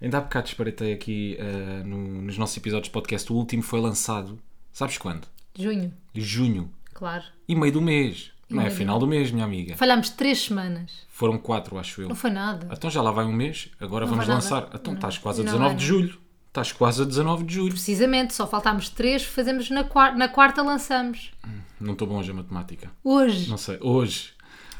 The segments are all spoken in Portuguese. Ainda há bocado disparatei aqui eh, no- nos nossos episódios de podcast. O último foi lançado, sabes quando? Junho, Junho. claro. E meio do mês. Não é meio do final do mês, minha amiga. Falhámos três semanas. Foram quatro, acho eu. Não foi nada. Então já lá vai um mês, agora Não vamos vai lançar. nada. Então Não. estás quase a Não 19 vai de nada. julho. Estás quase a 19 de julho. Precisamente, só faltámos três, fazemos na quarta, na quarta lançamos. Não estou bom hoje a matemática. Hoje. Não sei. Hoje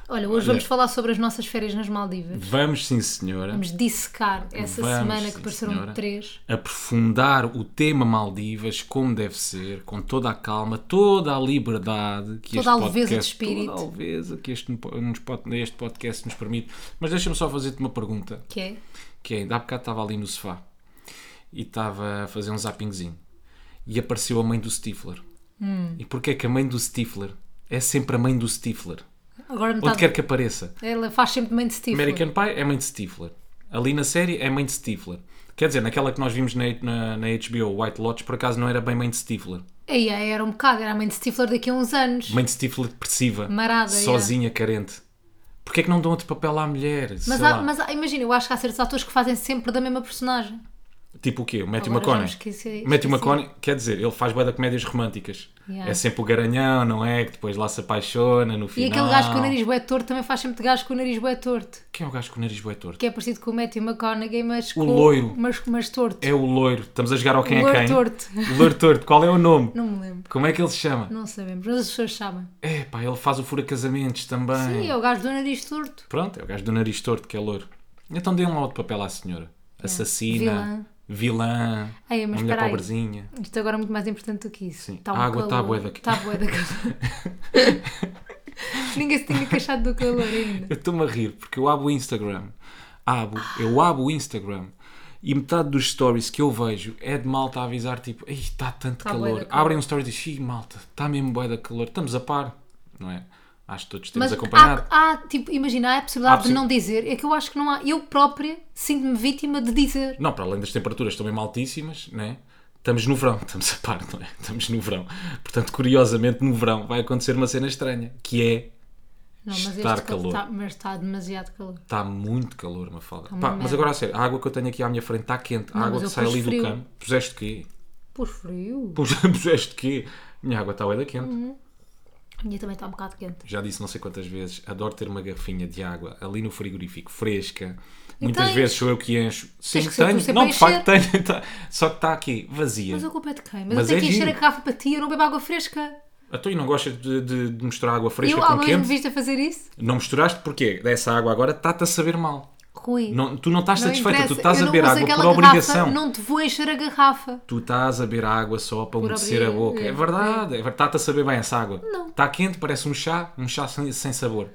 Olha, hoje vamos falar sobre as nossas férias nas Maldivas. vamos, sim senhora, Vamos dissecar essa Vamos, semana que sim, pareceram senhora. três. aprofundar o tema Maldivas como deve ser, com toda a calma, toda a liberdade que este Toda a leveza de podcast, espírito. toda a leveza que este, nos pod- este podcast nos permite. Mas deixa-me só fazer-te uma pergunta, Que é? que é, ainda há bocado estava ali no sofá e estava a fazer um zappingzinho e apareceu a mãe do Stifler. Hum. E porquê é que a mãe do Stifler é sempre a mãe do Stifler? Tá Agora Onde metade. quer que apareça. Ela faz sempre mãe de Stifler. American Pie é mãe de Stifler. Ali na série é mãe de Stifler. Quer dizer, naquela que nós vimos na, na, na HBO, White Lodge, por acaso não era bem mãe de Stifler. Aí aí era um bocado, era a mãe de Stifler daqui a uns anos. Mãe de Stifler depressiva, Marada, sozinha, carente. Porquê é que não dão outro papel à mulher? Sei Mas, lá. há, mas há- imagina, eu acho que há certos atores que fazem sempre da mesma personagem. Tipo o quê? O Matthew Agora já me McConaughey. esqueci- Matthew esqueci. McConaughey, quer dizer, ele faz bué de comédias românticas. Yeah. É sempre o garanhão, não é? Que depois lá se apaixona no E final. aquele gajo com o nariz bué torto também faz sempre de gajo com o nariz bué torto. Quem é o gajo com o nariz bué torto? Que é parecido com o Matthew McConaughey, mas com... loiro. Mas, mas torto. É o loiro. Estamos a jogar ao quem Loiro é quem? torto. O loiro torto. Qual é o nome? Não me lembro. Como é que ele se chama? Não sabemos, mas as pessoas sabem. É, pá, ele faz o fura casamentos também. Sim, é o gajo do nariz torto. Pronto, é o gajo do nariz torto que é louro. Então dê um outro papel à senhora. Assassina, vilã, É. Ai, uma mas mulher espera aí. pobrezinha. Isto agora é muito mais importante do que isso. Sim. Tá um A água tá bué calor. da- Tá bué da calor. Ninguém se tinha queixado do calor ainda. Eu estou-me a rir porque eu abro o Instagram. Abo, eu abro o Instagram. E metade dos stories que eu vejo é de malta a avisar, tipo, ei, está tanto Tá bué calor. da calor. Abrem um story e dizem, "Ih, malta, está mesmo bué da calor. Estamos a par, não é? Acho que todos temos Mas acompanhado. há, há, tipo, imagina, há a possibilidade Há de não dizer. É que eu acho que não há. Eu própria sinto-me vítima de dizer. Não, para além das temperaturas estão mesmo altíssimas, né? estamos no verão, estamos a par, não é? Estamos no verão. Portanto, curiosamente, no verão vai acontecer uma cena estranha, que é Não, mas Estar este calor. calor. Está, mas está demasiado calor. está tá muito calor, Mafalda. uma Pá, mas merda. agora a sério, a água que eu tenho aqui à minha frente está quente, a Não, água mas que eu sai pus ali frio. do cano. Puseste quê? Pôs frio. Pus- Puseste quê? Minha água está bué da quente. Uhum. A minha também está um bocado quente. Já disse não sei quantas vezes, adoro ter uma garrafinha de água ali no frigorífico, fresca. Muitas tens? vezes sou eu que encho. Sim, Tens que ser tu tenho. sempre Não, a de facto tenho. tá. Só que está aqui, vazia. Mas a culpa é de quem? Mas, Mas eu é tenho que encher giro. a garrafa para ti, eu não bebo água fresca. Então, e não gostas de, de- de misturar água E fresca eu é com alguma vez quente? me viste a fazer isso? Não misturaste porque essa água agora está-te a saber mal. Rui. Não- tu não estás não satisfeita, tu interessa, estás eu a não beber uso água aquela por obrigação. Garrafa, não te vou encher a garrafa. Tu estás a beber água só para umedecer a obri- boca. É é, verdade, é verdade. está-te a saber bem essa água. Não. Está quente, parece um chá, um chá sem, sem sabor.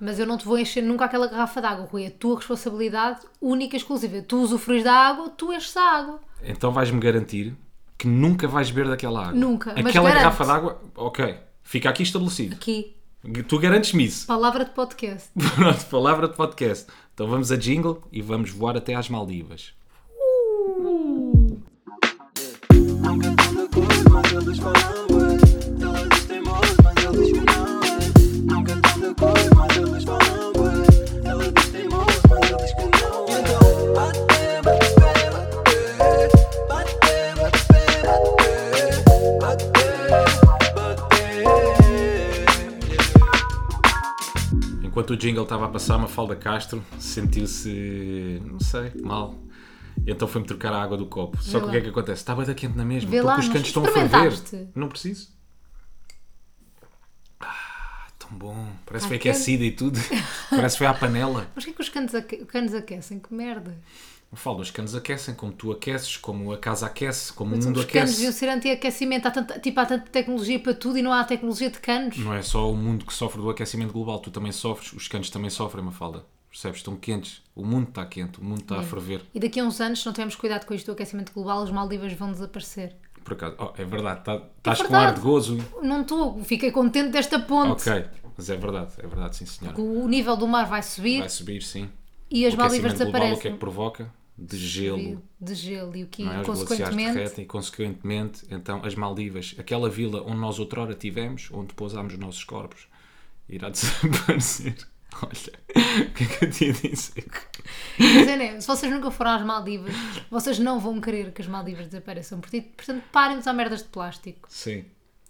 Mas eu não te vou encher nunca aquela garrafa de água, Rui. É a tua responsabilidade única e exclusiva. Tu usufruis da água, tu enches a água. Então vais-me garantir que nunca vais beber daquela água. Nunca, mas Aquela garanto. garrafa d'água, ok, fica aqui estabelecido. Aqui, Tu garantes-me isso. palavra de podcast. Pronto, palavra de podcast. Então vamos a jingle e vamos voar até às Maldivas. Nunca tão de acordo, mas eles falam ué. Ela diz teimoso, mas ele diz que não é. Nunca tão de acordo, mas eles falam ué. Ela diz teimoso, mas ele diz que não é. Então, bate, bate, bate, bate, bate, bate, bate, bate. Enquanto o jingle estava a passar, Mafalda Castro sentiu-se, não sei, mal. Então foi-me trocar a água do copo. Só que o Vê lá. que é que acontece? Está bem quente na mesma, Vê porque lá, os mas cantos estão a ferver. experimentaste? Não preciso. Ah, tão bom. Parece que foi Ai, que- aquecida e tudo. Parece que foi à panela. Mas o que é que os canos, aque- canos aquecem? Que merda. Mafalda, os canos aquecem como tu aqueces, como a casa aquece, como o Os mundo canos deviam aquece. ser anti-aquecimento. Há tanta, tipo, há tanta tecnologia para tudo e não há tecnologia de canos. Não é só o mundo que sofre do aquecimento global, tu também sofres, os canos também sofrem, Mafalda. Percebes? Estão quentes. O mundo está quente, o mundo está a ferver. E daqui a uns anos, se não tivermos cuidado com isto do aquecimento global, as Maldivas vão desaparecer. Por acaso, oh, é verdade, tá- estás com verdade. ar de gozo. Não estou, fiquei contente desta ponte. Ok, mas é verdade, é verdade, sim senhora. O nível do mar vai subir Vai subir, sim. e as O Maldivas aquecimento global, o que é desaparecem. que provoca? De gelo. de gelo e o que, Não é? Os glaciares consequentemente, derretem e, consequentemente, então as Maldivas, aquela vila onde nós outrora tivemos, onde pousámos os nossos corpos, irá desaparecer. Olha, o que é que eu tinha de dizer? Mas é, né? Se vocês nunca foram às Maldivas, vocês não vão querer que as Maldivas desapareçam. Porti- Portanto, parem de usar merdas de plástico Sim.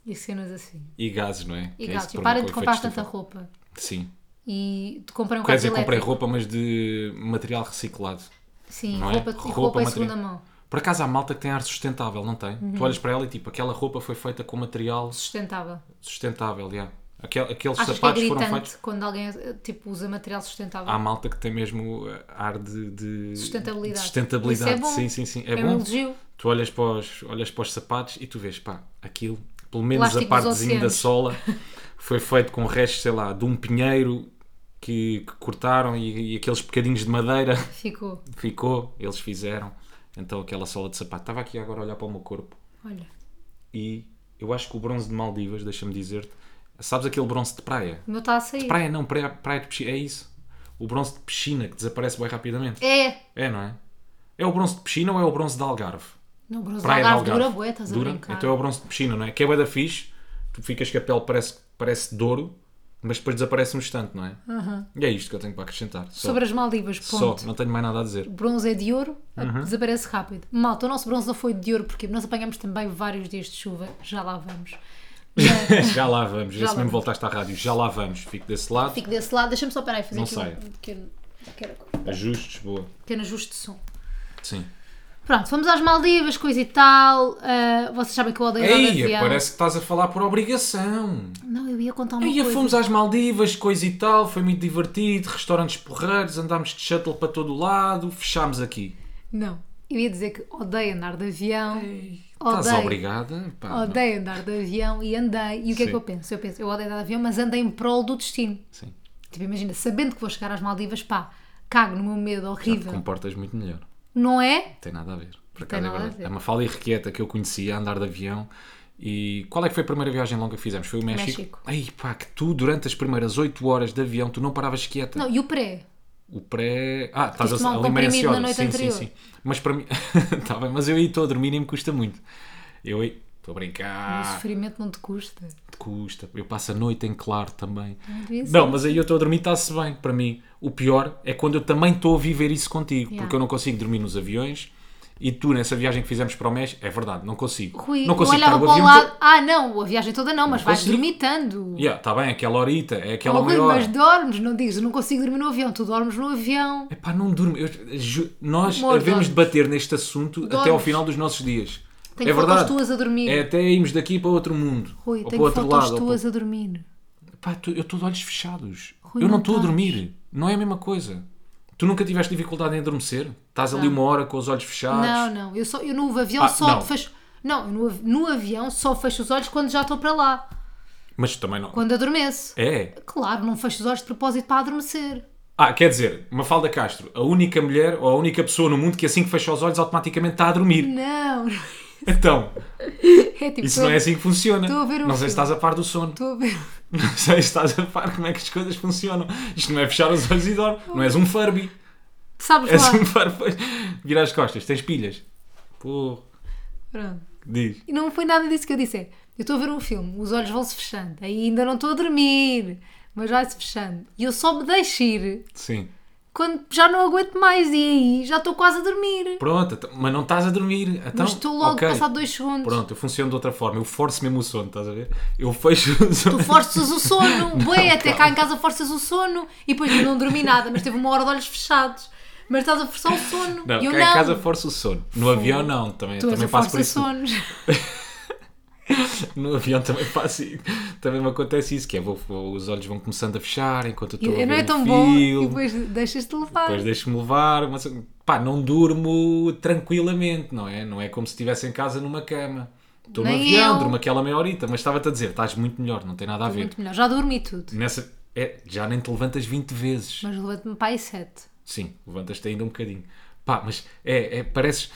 e cenas assim. E gases, não é? E, Que é isso gatos, que e parem provoca de o comprar efeito tanta estufa. roupa. Sim. E de comprem um Quer carro dizer, comprei elétrico. roupa, mas de material reciclado. Sim, não é? roupa, e Roupa, roupa, em material. segunda mão. Por acaso há malta que tem ar sustentável, não tem? Uhum. Tu olhas para ela e tipo, aquela roupa foi feita com material Sustentável. sustentável, yeah. Aquel, aqueles Achas que é sapatos foram gritante feitos. Ah, quando alguém eh, tipo, usa material sustentável? Há malta que tem mesmo eh, ar de, de- Sustentabilidade. de sustentabilidade. Isso é bom. Sim, sim, sim. É, é um bom. elogio. Tu olhas para, os, olhas para os sapatos e tu vês, pá, aquilo, pelo menos Plástico a dos partezinha da oceanos. sola foi feito com restos, sei lá, de um pinheiro que, que cortaram e, e aqueles bocadinhos de madeira Ficou. ficou, eles fizeram. Então aquela sola de sapato. Estava aqui agora a olhar para o meu corpo Olha, e eu acho que o bronze de Maldivas, deixa-me dizer-te, sabes aquele bronze de praia? o meu está a sair. Praia não, praia, praia de piscina, é isso. O bronze de piscina que desaparece bem rapidamente. É! É, não é? É o bronze de piscina ou é o bronze de Algarve? Não, bronze Praia de Algarve Algarve. dura bué, estás a Dura? brincar. Então é o bronze de piscina, não é? Que é bué da fixe, tu ficas com a pele parece, parece de ouro, mas depois desaparece um instante, não é? E é isto que eu tenho para acrescentar. Só, Sobre as Maldivas, só, Uhum. ponto. não tenho mais nada a dizer. O bronze é de ouro, desaparece rápido. Malta, o nosso bronze não foi de ouro, porque nós apanhamos também vários dias de chuva, já lá vamos. já lá vamos, já se mesmo vamos. voltaste à rádio, já lá vamos. Fico desse lado, Fico desse lado, deixa-me só parar e fazer Não aqui saia. um pequeno, pequeno, ajustes, boa. pequeno ajuste de som. Sim. Pronto, fomos às Maldivas, coisa e tal. ah, vocês sabem que eu odeio andar de Ei, avião. parece que estás a falar por obrigação. Não, eu ia contar uma Aí coisa. fomos às Maldivas, coisa e tal, foi muito divertido, restaurantes porreiros, andámos de shuttle para todo o lado, fechámos aqui. Não, eu ia dizer que odeio andar de avião. Estás Odeio. obrigada? Pá, não. Odeio andar de avião e andei. E o que é Sim. que eu penso? Eu penso, eu odeio andar de avião, mas andei em prol do destino. Sim, Tipo, imagina, sabendo que vou chegar às Maldivas, pá, cago no meu já medo te horrível. comportas muito melhor. Não é? Não tem nada a ver. Por tem acaso é nada a verdade. ver. A Mafalda Irrequieta que eu conhecia a andar de avião. E qual é que foi a primeira viagem longa que fizemos? Foi o México. México. Ei, pá, que tu durante as primeiras 8 horas de avião tu não paravas quieta. Não, e o pré? O pré. Ah, estás Tiveste a mal ali meio comprimido na ansiosa. noite Sim, anterior. sim, sim. Mas para mim. Está bem, mas eu aí estou a dormir e me custa muito. Eu aí. Estou a O brincar. sofrimento não te custa. Te custa. Eu passo a noite em claro também. devia ser. Não, mas aí eu estou a dormir está-se bem. Para mim, o pior é quando eu também estou a viver isso contigo. Yeah. Porque eu não consigo dormir nos aviões. E tu, nessa viagem que fizemos para o México, é verdade, não consigo. Rui, não eu consigo olhava estar o para o avião. lado. Ah, não, a viagem toda não, mas vais consigo. dormitando. Está tá bem, aquela horita, é aquela Oh, Rui, meia hora. mas dormes, não digas, eu não consigo dormir no avião. Tu dormes no avião. Epá, não durmo. Eu ju- nós Amor, havemos de dormes. bater neste assunto até ao Dormes. final dos nossos dias. Tenho é fotos verdade. tuas a dormir. É até irmos daqui para outro mundo. Rui, ou para tenho outro fotos lado. ou tuas a dormir. para- Pá, tu- eu estou de olhos fechados. Rui, eu não não estou a estás. dormir. Não é a mesma coisa. Tu nunca tiveste dificuldade em adormecer? Estás ali uma hora com os olhos fechados. Não, não, eu, só, eu no avião Ah, só não. fecho. Não, eu no, av- no avião só fecho os olhos quando já estou para lá. Mas também não. Quando adormeço. É. Claro, não fecho os olhos de propósito para adormecer. Ah, quer dizer, Mafalda Castro, a única mulher ou a única pessoa no mundo que assim que fecha os olhos automaticamente está a dormir. Não, Então, é tipo. isso não é assim que funciona. estou a ver um não sei filme. se estás a par do sono. Estou a ver. Não sei se estás a par como é que as coisas funcionam. Isto não é fechar os olhos e dorme. Não és um Furby. Sabes És lá. um Furby. Vira as costas, tens pilhas. Porra, Pronto. diz. E não foi nada disso que eu disse. é, Eu estou a ver um filme, os olhos vão-se fechando. Aí ainda não estou a dormir, mas vai-se fechando. E eu só me deixo ir Sim. quando já não aguento mais. E aí já estou quase a dormir. Pronto, então- mas não estás a dormir. Então, mas estou logo ok. passado dois segundos. Pronto, eu funciono de outra forma. Eu forço mesmo o sono, estás a ver? Eu fecho os Tu olhos. forças o sono, bué, até cá em casa forças o sono e depois eu não dormi nada, mas teve uma hora de olhos fechados. Mas estás a forçar o sono. Não, e eu cá não. em casa forço o sono. No avião não, também, tu és também a passo por isso. força sonos. No avião também faço isso. Também me acontece isso, que é vou, vou- os olhos vão começando a fechar enquanto eu estou a ver não é um tão bom e filme. depois deixas-te levar. Depois deixo-me levar, mas pá, não durmo tranquilamente, não é? Não é como se estivesse em casa numa cama. Estou no Nem avião, eu. durmo aquela meia horita, mas estava-te a dizer, estás muito melhor, não tem nada a ver. Muito melhor. Já dormi e tudo. Nessa, é, já nem te levantas 20 vezes. Mas levanto-me para aí é sete. Sim, levantas-te ainda um bocadinho. Pá, mas é, é pareces.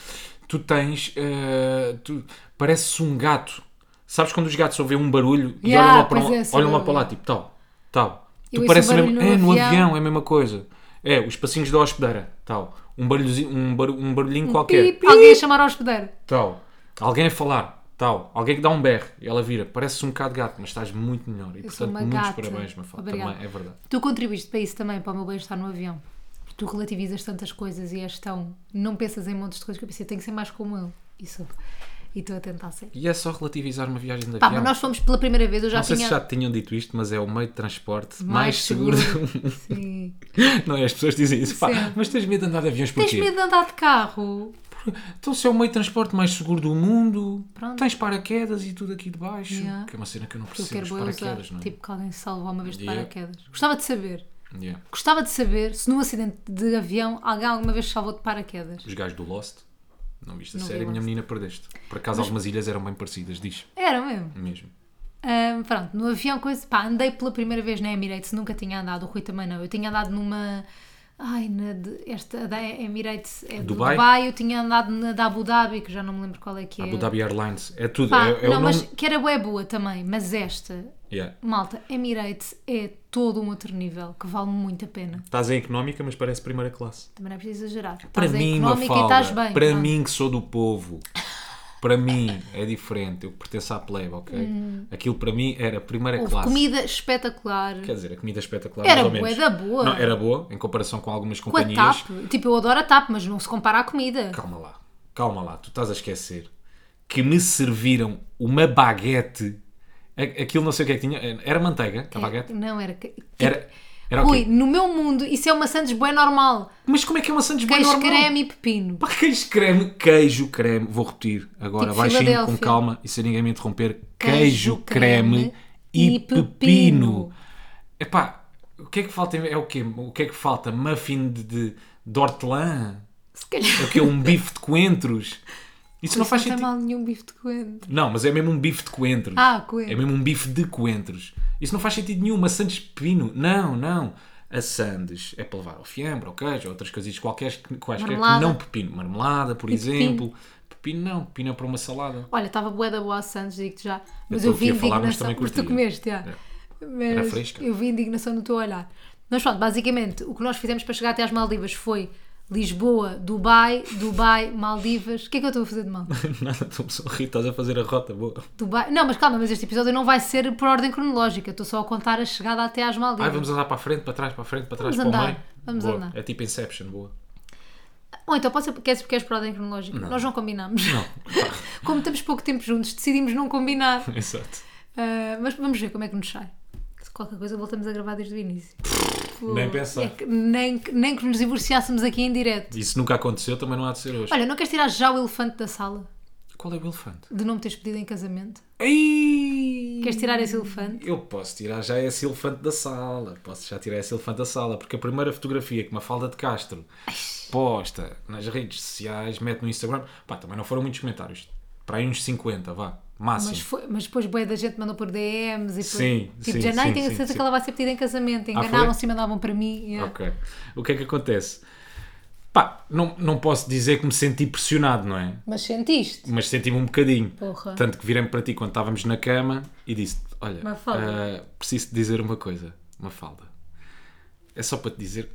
Tu tens. eh, tu, pareces um gato. Sabes quando os gatos ouvem um barulho e Yeah, olham lá para, pois um- é, sim, olham lá eu- para lá, tipo, tal, tal. Eu tu ouço pareces um mesmo. barulho É, no no avião. avião é a mesma coisa. É, os passinhos da hospedeira, tal. Um barulhozinho, um, barulho, um barulhinho qualquer, Pip, alguém a chamar ao hospedeiro. tal. Alguém a falar, Tal. Alguém que dá um berro e ela vira. Parece um bocado gato, mas estás muito melhor. E, Eu sou portanto, uma muitos gata. parabéns, Mafalda. Obrigada. Também é verdade. Tu contribuíste para isso também, para o meu bem-estar no avião. Porque tu relativizas tantas coisas e és tão. Não pensas em montes de coisas que eu pensei, tenho que ser mais como ele. E sou. E estou a tentar ser. E é só relativizar uma viagem de Pá, avião. mas nós fomos pela primeira vez, eu já Não sei tinha. se já te tinham dito isto, mas é o meio de transporte mais, seguro. Sim. não é? As pessoas dizem isso. Pá, Sim. mas tens medo de andar de aviões Tens porquê? medo de andar de carro? Então se é o meio de transporte mais seguro do mundo, Pronto. tens paraquedas e tudo aqui debaixo. Yeah. Que é uma cena que eu não Eu percebo. quero Os bué usar. paraquedas, não é? Tipo que alguém se salvou uma vez de Yeah. paraquedas. Gostava de saber. Yeah. Gostava de saber se num acidente de avião alguém alguma vez se salvou de paraquedas. Os gajos do Lost. Não viste a Não vi série, minha Lost. menina, perdeste. Por acaso algumas ilhas eram bem parecidas, diz. Era mesmo. Mesmo. Ahm, pronto, no avião, coisa, pá, andei pela primeira vez na Emirates, nunca tinha andado, o Rui também não. Eu tinha andado numa. Ai, na de- esta da Emirates é do Dubai? Dubai. eu tinha andado na da Abu Dhabi, que já não me lembro qual é que é. Abu Dhabi Airlines. É tudo. Pá, é é não, o mas nome. que era bué boa também, mas esta, Yeah. malta, Emirates é todo um outro nível, que vale muito a pena. Estás em económica, mas parece primeira classe. Também não é preciso exagerar. Para Estás em mim, económica e Mafalda, estás bem. é? para pronto. mim que sou do povo, para mim é diferente. Eu pertenço à plebe, ok? Aquilo para mim era primeira Hum. Houve classe. é comida espetacular. Quer dizer, a comida espetacular Era mais ou menos. bué da boa. Não, era boa, em comparação com algumas Com a companhias. TAP, tipo, eu adoro a TAP, mas não se compara à comida. Calma lá, calma lá, tu estás a esquecer que me serviram uma baguete. A- Aquilo não sei o que é que tinha. Era manteiga, é a baguete? É, É Não, era. que- Era, era o tipo, Rui, quê? no meu mundo, isso é uma sandes bué normal. Mas como é que é uma sandes bué Queijo, normal? creme e pepino. Pá, queijo creme, queijo creme, vou repetir agora Tipo baixinho, com Filadélfia. calma e sem ninguém me interromper. Queijo, Queijo, creme, creme e e pepino. pepino. Epá, o que é que falta? É o quê? O que é que falta? Muffin de, de, de hortelã? Se calhar. É o quê? Um bife de coentros? Isso não faz não tem sentido. mal nenhum bife de coentro. Não, mas é mesmo um bife de coentros. Ah, coentro. É mesmo um bife de coentros. Isso não faz sentido nenhum. A Sandes Pepino. Não, não. A Sandes é para levar ao fiambre, ao queijo, outras coisitas qualquer, quaisquer que Marmelada. não pepino. Marmelada, por E exemplo. Pepino. não. Pepino é para uma salada. Olha, estava bué da boa a Santos, digo-te já. Mas tô eu, aqui vi a falar, indignação. mas também tu curtia. comeste, já. É. Mas Era fresca. Eu vi indignação no teu olhar. Mas pronto, basicamente, o que nós fizemos para chegar até às Maldivas foi Lisboa, Dubai, Dubai, Maldivas. O que é que eu estou a fazer de mal? Nada, estou-me só a rir. Estás a fazer a rota boa. Dubai. Não, mas calma, mas este episódio não vai ser por ordem cronológica. Estou só a contar a chegada até às Maldivas. Ai, vamos andar para a frente, para trás, para a frente, para trás, Vamos para o andar. meio. Vamos Boa. andar. É tipo Inception, boa. Ou então pode ser porque queres, porque queres por ordem cronológica. Nós não combinamos. Não. Como estamos pouco tempo juntos, decidimos não combinar. Exato. Ah, mas vamos ver como é que nos sai. Se qualquer coisa voltamos a gravar desde o início. nem pensar. É que nem, que- nem que nos divorciássemos aqui em direto. Isso nunca aconteceu, também não há de ser hoje. Olha, não queres tirar já o elefante da sala? Qual é o elefante? De não me teres pedido em casamento? Ei! Queres tirar esse elefante? Eu posso tirar já esse elefante da sala. Posso já tirar esse elefante da sala. Porque a primeira fotografia que uma falda de Castro posta nas redes sociais, mete no Instagram. Pá, também não foram muitos comentários. Para aí uns 50, vá. Máximo. Mas, foi- mas depois boa da gente mandou por DMs e depois, Sim, tipo, sim, já nem sim, tenho a sim, certeza sim. Ah, que ela vai ser pedida em casamento. foi? Ah. Enganavam-se e mandavam para mim. yeah. Ok. O que é que acontece? Pá, não, não posso dizer que me senti pressionado, não é? Mas sentiste? Mas senti-me um bocadinho. Porra. Tanto que virei-me para ti quando estávamos na cama e disse Olha, Mafalda. ah, preciso te dizer uma coisa, uma falda. É só para te dizer,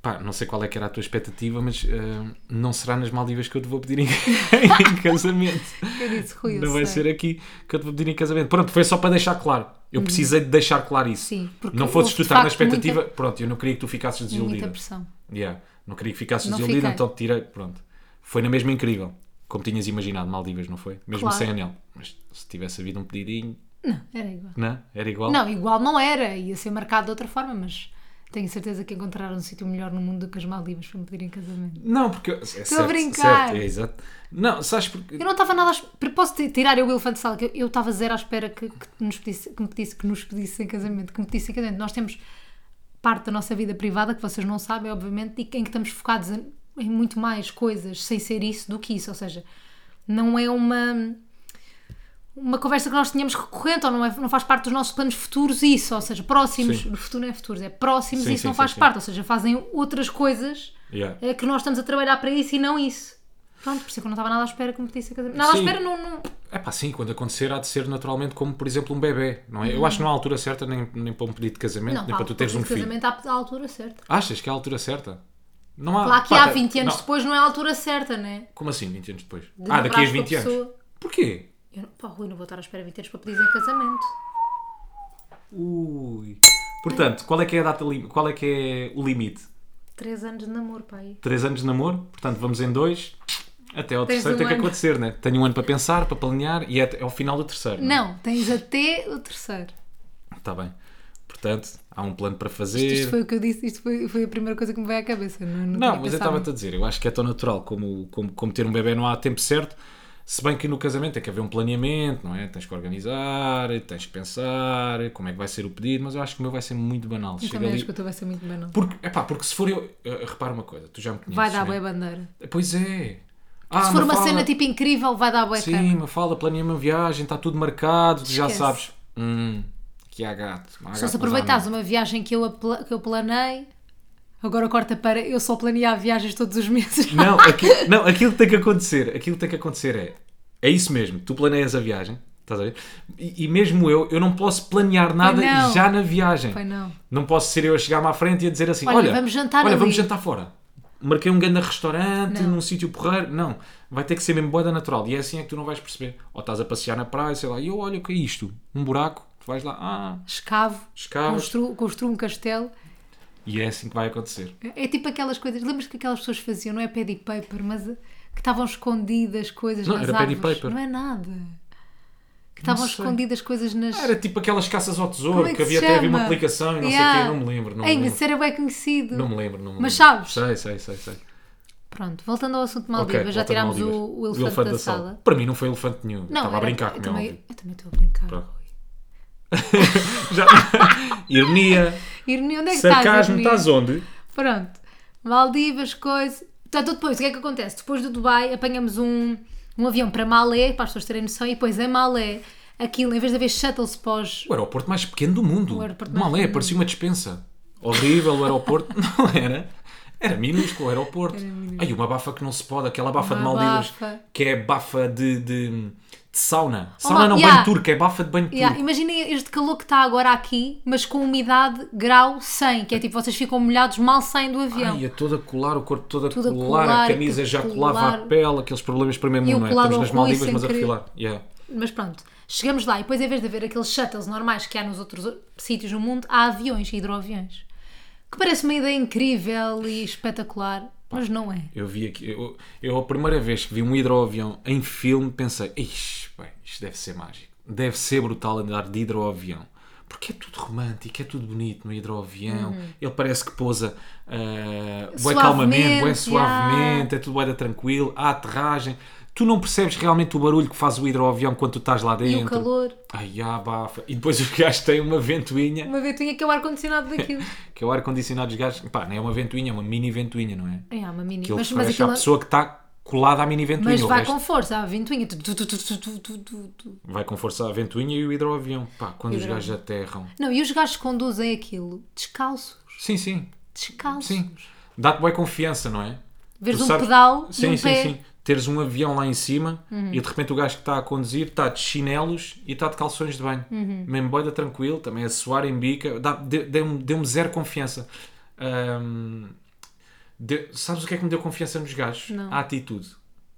pá, não sei qual é que era a tua expectativa, mas ah, não será nas Maldivas que eu te vou pedir em, em casamento. Eu disse, Rui, eu não vai sei. ser aqui que eu te vou pedir em casamento. Pronto, foi só para deixar claro. Eu precisei de deixar claro isso. Uhum. Sim, porque não fosses tu houve, de estar na facto, expectativa. Pronto, eu não queria que tu ficasses Muita desiludida. pressão. Yeah. Não queria que ficasses Não desiludida, fiquei. então te tirei. Pronto. Foi na mesma incrível. Como tinhas imaginado, Maldivas, não foi? Mesmo Claro. sem anel. Mas se tivesse havido um pedidinho, Não, era igual. não? Era igual? Não, igual não era, ia ser marcado de outra forma, mas tenho certeza que encontraram um sítio melhor no mundo do que as Maldivas para me pedir em casamento. Não, porque. É Estou brincar. Certo, é exato. Não, sabes porque. Eu não estava nada à espera. Posso ti- tirar eu o elefante de sala? Que eu- eu estava zero à espera que, que nos pedisse, que, me pedisse, que nos pedisse em casamento. Que me pedisse em casamento. Nós temos parte da nossa vida privada que vocês não sabem, obviamente, e em que estamos focados em, em muito mais coisas sem ser isso do que isso. Ou seja, não é uma. Uma conversa que nós tínhamos recorrente, ou não, é, não faz parte dos nossos planos futuros, isso, ou seja, próximos, Sim. no futuro não é futuros, é próximos, Sim, isso sim, não sim, faz sim. parte, ou seja, fazem outras coisas Yeah. é que nós estamos a trabalhar para isso e não isso. Pronto, por isso é que eu não estava nada à espera que me pedisse a casamento. Nada à Sim. espera, não. não... É pá, sim, quando acontecer há de ser naturalmente como, por exemplo, um bebê, não é? Eu acho que não há altura certa nem, nem para um pedido de casamento, Não, nem pá, para tu teres o um pedido de filho. casamento à, à altura certa. Achas que há a altura certa? Não há. Claro que Pá, há tá- 20 anos não. depois não é a altura certa, né? Como assim, 20 anos depois? De ah, daqui a namorares com a 20 anos. pessoa. Porquê? Eu não, pá, Rui, não vou estar à espera 20 anos para pedir em casamento. Ui. Portanto, qual é que é a data lim- qual é que é o limite? 3 anos de namoro, pai. 3 anos de namoro, portanto vamos em dois. Até ao Tens terceiro um tem que ano. acontecer, né? Tenho um ano para pensar, para planear e é até ao final do terceiro. é? Não, tens até o terceiro. Está bem. Portanto, há um plano para fazer. Isto, isto foi o que eu disse, isto foi, foi a primeira coisa que me veio à cabeça. Não, não, Não, tinha mas eu pensado estava-te nisso. a dizer, eu acho que é tão natural como, como, como ter um bebê não há tempo certo, se bem que no casamento tem que haver um planeamento, não é? Tens que organizar, tens que pensar, como é que vai ser o pedido, mas eu acho que o meu vai ser muito banal. Eu Chega Também ali- acho que o teu vai ser muito banal. Porque, epá, porque se for eu. eh, Repara uma coisa, tu já me conheces. Vai dar né? boa bandeira. Pois é. Ah, Se for uma Mafalda- cena tipo incrível, vai dar boa Sim, uma fala, planeia uma viagem, está tudo marcado, tu já Esquece. sabes. Hum, que há gato. há Só gato, mas se há aproveitares não. uma viagem que eu, apla- que eu planei, agora corta para eu só planear viagens todos os meses. Não, aqui- não, aquilo que tem que acontecer, aquilo que tem que acontecer é, é isso mesmo, tu planeias a viagem, estás a ver? E, e mesmo eu, eu não posso planear nada não. já na viagem. Pai, não. Não posso ser eu a chegar-me à frente e a dizer assim, olha, Olha, vamos jantar olha, ali." vamos jantar fora. Marquei um grande restaurante, Não. num sítio porreiro. Não, vai ter que ser mesmo boeda natural. E é assim é que tu não vais perceber. Ou estás a passear na praia, sei lá, e eu, olha, o que é isto? Um buraco, tu vais lá, ah, Escavo, Escavas. construo, construo um castelo. e é assim que vai acontecer. É tipo aquelas coisas, lembras que aquelas pessoas faziam, não é pad e paper, mas eh, que estavam escondidas coisas Não, nas era pad e árvores. paper. Não é nada. Que estavam sei. escondidas coisas nas. Ah, Era tipo aquelas caças ao tesouro, Como é que, que se havia até havia uma chama? aplicação e não sei Yeah. o quê, não me lembro. Não me Ei, lembro. isso era bem conhecido. Não me lembro, não me Mas lembro. sabes? Sei, sei, sei, sei. Pronto, voltando ao assunto de Ok, Maldivas, volta já de tirámos o, Maldivas. o elefante, da, sala. Para mim não foi elefante nenhum. Não, Estava a era- brincar com eu o meu também, óbvio. eu também estou a brincar. Pronto. Rui. Já... Ironia. Ironia, onde é que Sarcasmo, estás? estás Ironia? onde? Pronto. Maldivas, coisa. Portanto, depois, o que é que acontece? Depois do Dubai, apanhamos um, um avião para Malé, para as pessoas terem noção, e depois em Malé, aquilo, em vez de haver shuttles pós. O aeroporto mais pequeno do mundo. O aeroporto mais Mal é, parecia uma dispensa. Horrível o aeroporto. não era. Era minúsculo o aeroporto. Aí uma bafa que não se pode, aquela bafa de Uma Maldivas, bafa. que é bafa de, de, de sauna. Sauna não, yeah. banho turco, é bafa de banho Yeah, turco. Imaginem este calor que está agora aqui, mas com umidade grau 100, que é tipo vocês ficam molhados, mal saem do avião. Ai, é toda a colar, o corpo todo a Tudo a colar, colar, a camisa tudo já colar. colava a pele, aqueles problemas primeiro E eu mundo, não é? colado Estamos ao nas Rui Maldivas, sem mas a querer. refilar. Yeah. Mas pronto, chegamos lá e depois, em vez de haver aqueles shuttles normais que há nos outros sítios no mundo, há aviões, hidroaviões. Que parece uma ideia incrível e espetacular, mas não é. Eu vi aqui, eu, eu a primeira vez que vi um hidroavião em filme pensei, ixi, bem, isto deve ser mágico, deve ser brutal andar de hidroavião, porque é tudo romântico, é tudo bonito no hidroavião, ele parece que pousa uh, bué Uhum. Suavemente, calmamente, bué já. suavemente, é tudo bué da tranquilo, há aterragem, tu não percebes realmente o barulho que faz o hidroavião quando tu estás lá E dentro. o calor, Ai, abafa. E depois os gajos têm uma ventoinha, uma ventoinha que é o ar-condicionado daquilo. que é o ar-condicionado dos gajos, pá, não é uma ventoinha, é uma mini ventoinha, não é? é, uma mini. Aquilo Mas, que mas, fecha a aquilo, é- pessoa que está colada à mini ventoinha. mas o vai resto com força, a ventoinha. Tu, tu, tu, tu, tu, tu, tu, tu, tu. vai com força à ventoinha e o hidroavião. Pá, quando os Hidroavião. gajos aterram. Não, e os gajos conduzem aquilo descalços, Sim, sim, descalços. sim. Dá-te boa confiança, não é? Vês Tu um sabes- pedal e um pé. Uhum. Teres um avião lá em cima e de repente o gajo que está a conduzir está de chinelos e está de calções de banho. Uhum. Mesmo boida tranquilo, também a suar em bica. Dá- deu- Deu-me deu um zero confiança. Ahm, deu- sabes o que é que me deu confiança nos gajos? Não. A atitude.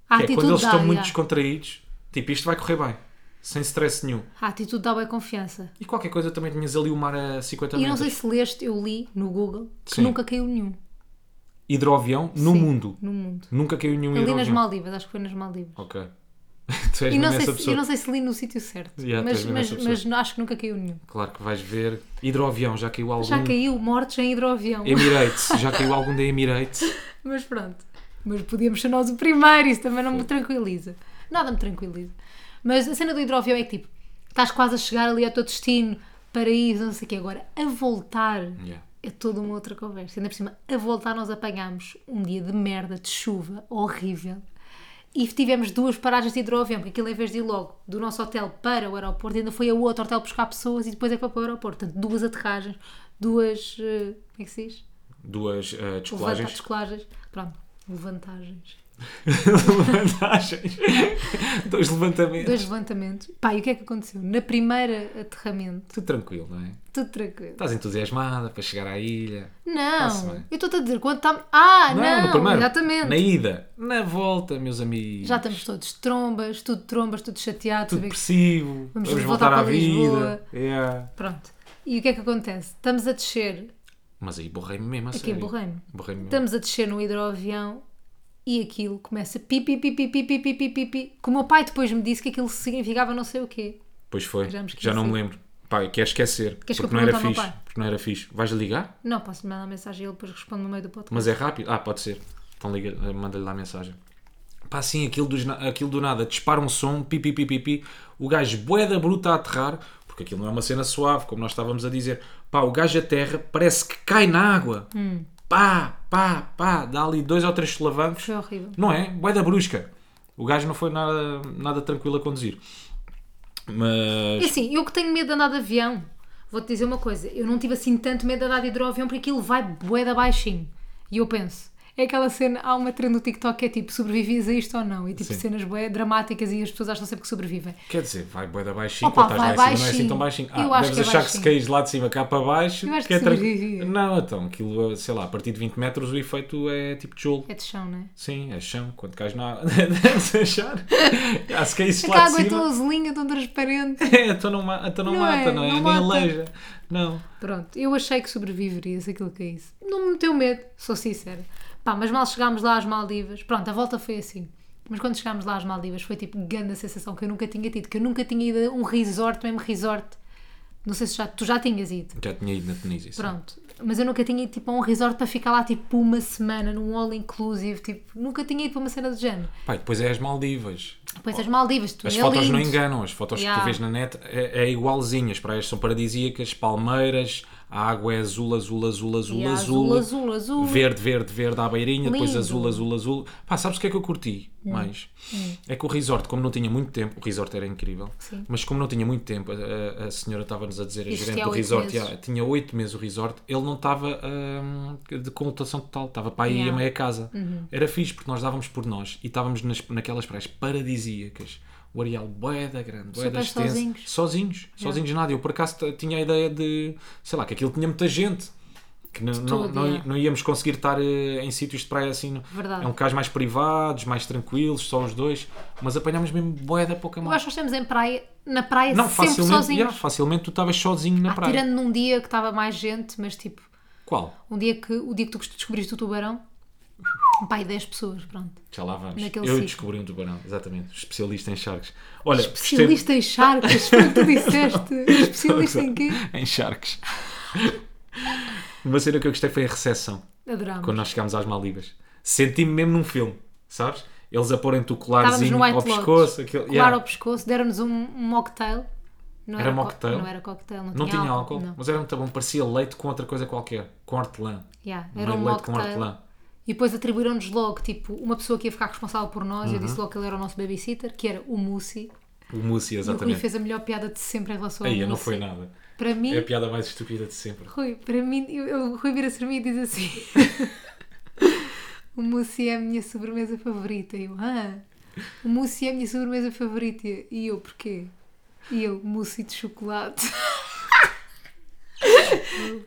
A Que é atitude quando eles dá, estão muito já. descontraídos, tipo, isto vai correr bem. Sem stress nenhum. A atitude dá bem confiança. E qualquer coisa também tinhas ali o mar a 50 E eu não metros. sei se leste, eu li no Google, que Sim. nunca caiu nenhum Hidroavião no Sim, mundo. no mundo. Nunca caiu nenhum Eu li nas hidroavião. Maldivas, acho que foi nas Maldivas. Ok. tu és E não mesmo sei essa se, eu pessoa. não sei se li no sítio certo, Yeah, tu mas, és mesmo mas, essa pessoa. mas não- acho que nunca caiu nenhum. Claro que vais ver. Hidroavião, já caiu algum. Já caiu mortes em hidroavião. Emirates, já caiu algum da Emirates. Mas pronto. Mas podíamos ser nós o primeiro, isso também não me tranquiliza. Nada me tranquiliza. Mas a cena do hidroavião é que tipo, estás quase a chegar ali ao teu destino, paraíso, não sei o quê. Agora, a voltar Yeah. é toda uma outra conversa. Ainda por cima, a voltar nós apanhámos um dia de merda, de chuva, horrível. E tivemos duas paragens de hidroavião, porque aquilo em vez de ir logo do nosso hotel para o aeroporto, ainda foi a outro hotel buscar pessoas e depois é que foi para o aeroporto. Portanto, duas aterragens, duas... eh, como é que se diz? Duas eh, Levantar descolagens. descolagens. Pronto, levantagens. Levantagens. Dois levantamentos. Dois levantamentos. Pá, e o que é que aconteceu? Na primeira aterramento, Tudo tranquilo, não é? tudo tranquilo. Estás entusiasmada para chegar à ilha. Tá-se Não, bem. eu estou-te a dizer quando está. Ah, não, no primeiro. exatamente. Na ida. Na volta, meus amigos. Já estamos todos de trombas, tudo de trombas, tudo Tudo chateado. saber que- depressivo. Vamos Vamos, todos voltar, voltar à para vida. Lisboa. Yeah. Pronto. E o que é que acontece? Estamos a descer, Mas aí borrei-me mesmo, a Aqui, sério. borrei-me. Borrei-me mesmo. estamos a descer no hidroavião e aquilo começa pi pi pi pi pi pi pi pi pi pi. Que o meu pai depois me disse que aquilo significava não sei o quê. Pois foi. Já me esqueci. Já não me lembro. Pá, quer esquecer. Queres que eu porque não era pergunte ao meu fixe. pai? Porque não era fixe. Vais ligar? Não, posso-lhe mandar mensagem a ele, depois respondo no meio do podcast. Mas é rápido? Ah, pode ser. Então liga, eh, manda-lhe lá a mensagem. Pá, sim, aquilo, dos na- aquilo do nada, dispara um som, pi, pi, pi, pi, pi. o gajo boeda bruta a aterrar, porque aquilo não é uma cena suave, como nós estávamos a dizer. Pá, o gajo aterra, parece que cai na água. Hum. Pá, pá, pá, dá ali dois ou três solavancos. Foi horrível. Não é? Boeda brusca. O gajo não foi nada, nada tranquilo a conduzir. Mas... E assim, eu que tenho medo de andar de avião, vou-te dizer uma coisa, eu não tive assim tanto medo de andar de hidroavião porque aquilo vai bué da baixinho. E eu penso, é aquela cena, há uma trend no TikTok que é tipo, sobrevives a isto ou não? E tipo, Sim. cenas bué dramáticas e as pessoas acham sempre que sobrevivem. Quer dizer, vai bué da baixinho, Opa, quando estás lá em vai cima não é assim tão baixinho. Ah, baixinho. Eu acho deves que é achar que se baixinho. caís lá de cima cá para baixo, Eu acho é que tranqui- sobrevivia. Não, então, aquilo, sei lá, a partir de 20 metros o efeito é tipo tijolo. É de chão, não é? Sim, é chão, quando cais na água, deves achar. Ah, se caísse É que a lá de água é cima, tão azulinha, tão transparente. é, então não, ma- então não, Não mata, é, não é? não Nem mata. aleija. Não. Pronto, eu achei que sobreviveria se aquilo caísse. Não me meteu medo, sou sincera. Pá, mas mal chegámos lá às Maldivas. Pronto, a volta foi assim. Mas quando chegámos lá às Maldivas foi tipo grande a sensação que eu nunca tinha tido, que eu nunca tinha ido a um resort, mesmo resort. Não sei se já, tu já tinhas ido. Já tinha ido na Tunísia. sim. Pronto, mas eu nunca tinha ido tipo a um resort para ficar lá tipo uma semana, num all inclusive, tipo, nunca tinha ido para uma cena do género. Pai, depois é as Maldivas. Depois as Maldivas, tu Oh, As é fotos lindo. não enganam, as fotos que Yeah. tu vês na net é, é igualzinho, as praias são paradisíacas, palmeiras, a água é azul, azul, azul, azul, Yeah, azul, é azul, azul, azul. verde, verde, verde à beirinha, depois Lindo. Hum. azul, azul, azul. Pá, sabes o que é que eu curti mais? É que o resort, como não tinha muito tempo, o resort era incrível, Sim. mas como não tinha muito tempo, a- a, a senhora estava-nos a dizer, a Isto gerente há do oito resort, meses. yeah, tinha oito meses o resort, ele não estava hum, de conlotação total, estava para aí Yeah. Uhum. a meia casa. Era fixe, porque nós dávamos por nós e estávamos nas, naquelas praias paradisíacas. O areal boeda grande, boeda Super extenso. sozinhos. Sozinhos. Sozinhos, nada. Eu por acaso t- tinha a ideia de, sei lá, que aquilo tinha muita gente. Que não, não, tudo, não- yeah. não íamos conseguir estar eh, em sítios de praia assim. Verdade. É um caso mais privados, mais tranquilos, só os dois. Mas apanhámos mesmo boeda pouca Eu mão. acho que nós estamos em praia, na praia Não, sempre facilmente, sozinhos. yeah, facilmente tu estavas sozinho na Ah, praia. tirando num dia que estava mais gente, mas tipo, Qual? um dia que, o dia que tu descobriste o tubarão, pai, 10 pessoas, pronto. Já lá vamos. Naquele eu sítio. descobri um tubarão, exatamente. Especialista em sharks. Olha, Especialista em charcas, foi o que tu disseste. Especialista em quê? gostei- em sharks. Uma cena que eu gostei foi a recepção. Adorámos. quando nós chegámos às Maldivas. Senti-me mesmo num filme, sabes? Eles a porem-te o colarzinho Estávamos no ao White Lodge. pescoço. Aquilo, Colar yeah. ao pescoço, deram-nos um, um mocktail. Não Era co- mocktail? Não era cocktail, não, Não tinha álcool, não. mas era muito bom. Parecia leite com outra coisa qualquer, com hortelã. Yeah, Não era é um leite com mocktail. hortelã. E depois atribuíram-nos logo, tipo, uma pessoa que ia ficar responsável por nós, Uhum. eu disse logo que ele era o nosso babysitter, que era o Mussi. O mousse, E o Rui exatamente. fez a melhor piada de sempre em relação ao Aí, Mussi. não foi nada. Para mim, É a piada mais estúpida de sempre. Rui, para mim, eu, eu- o Rui vira-se para mim e diz assim: O mousse é a minha sobremesa favorita. E eu, ah, o mousse é a minha sobremesa favorita. E eu, porquê? E eu, mousse de chocolate.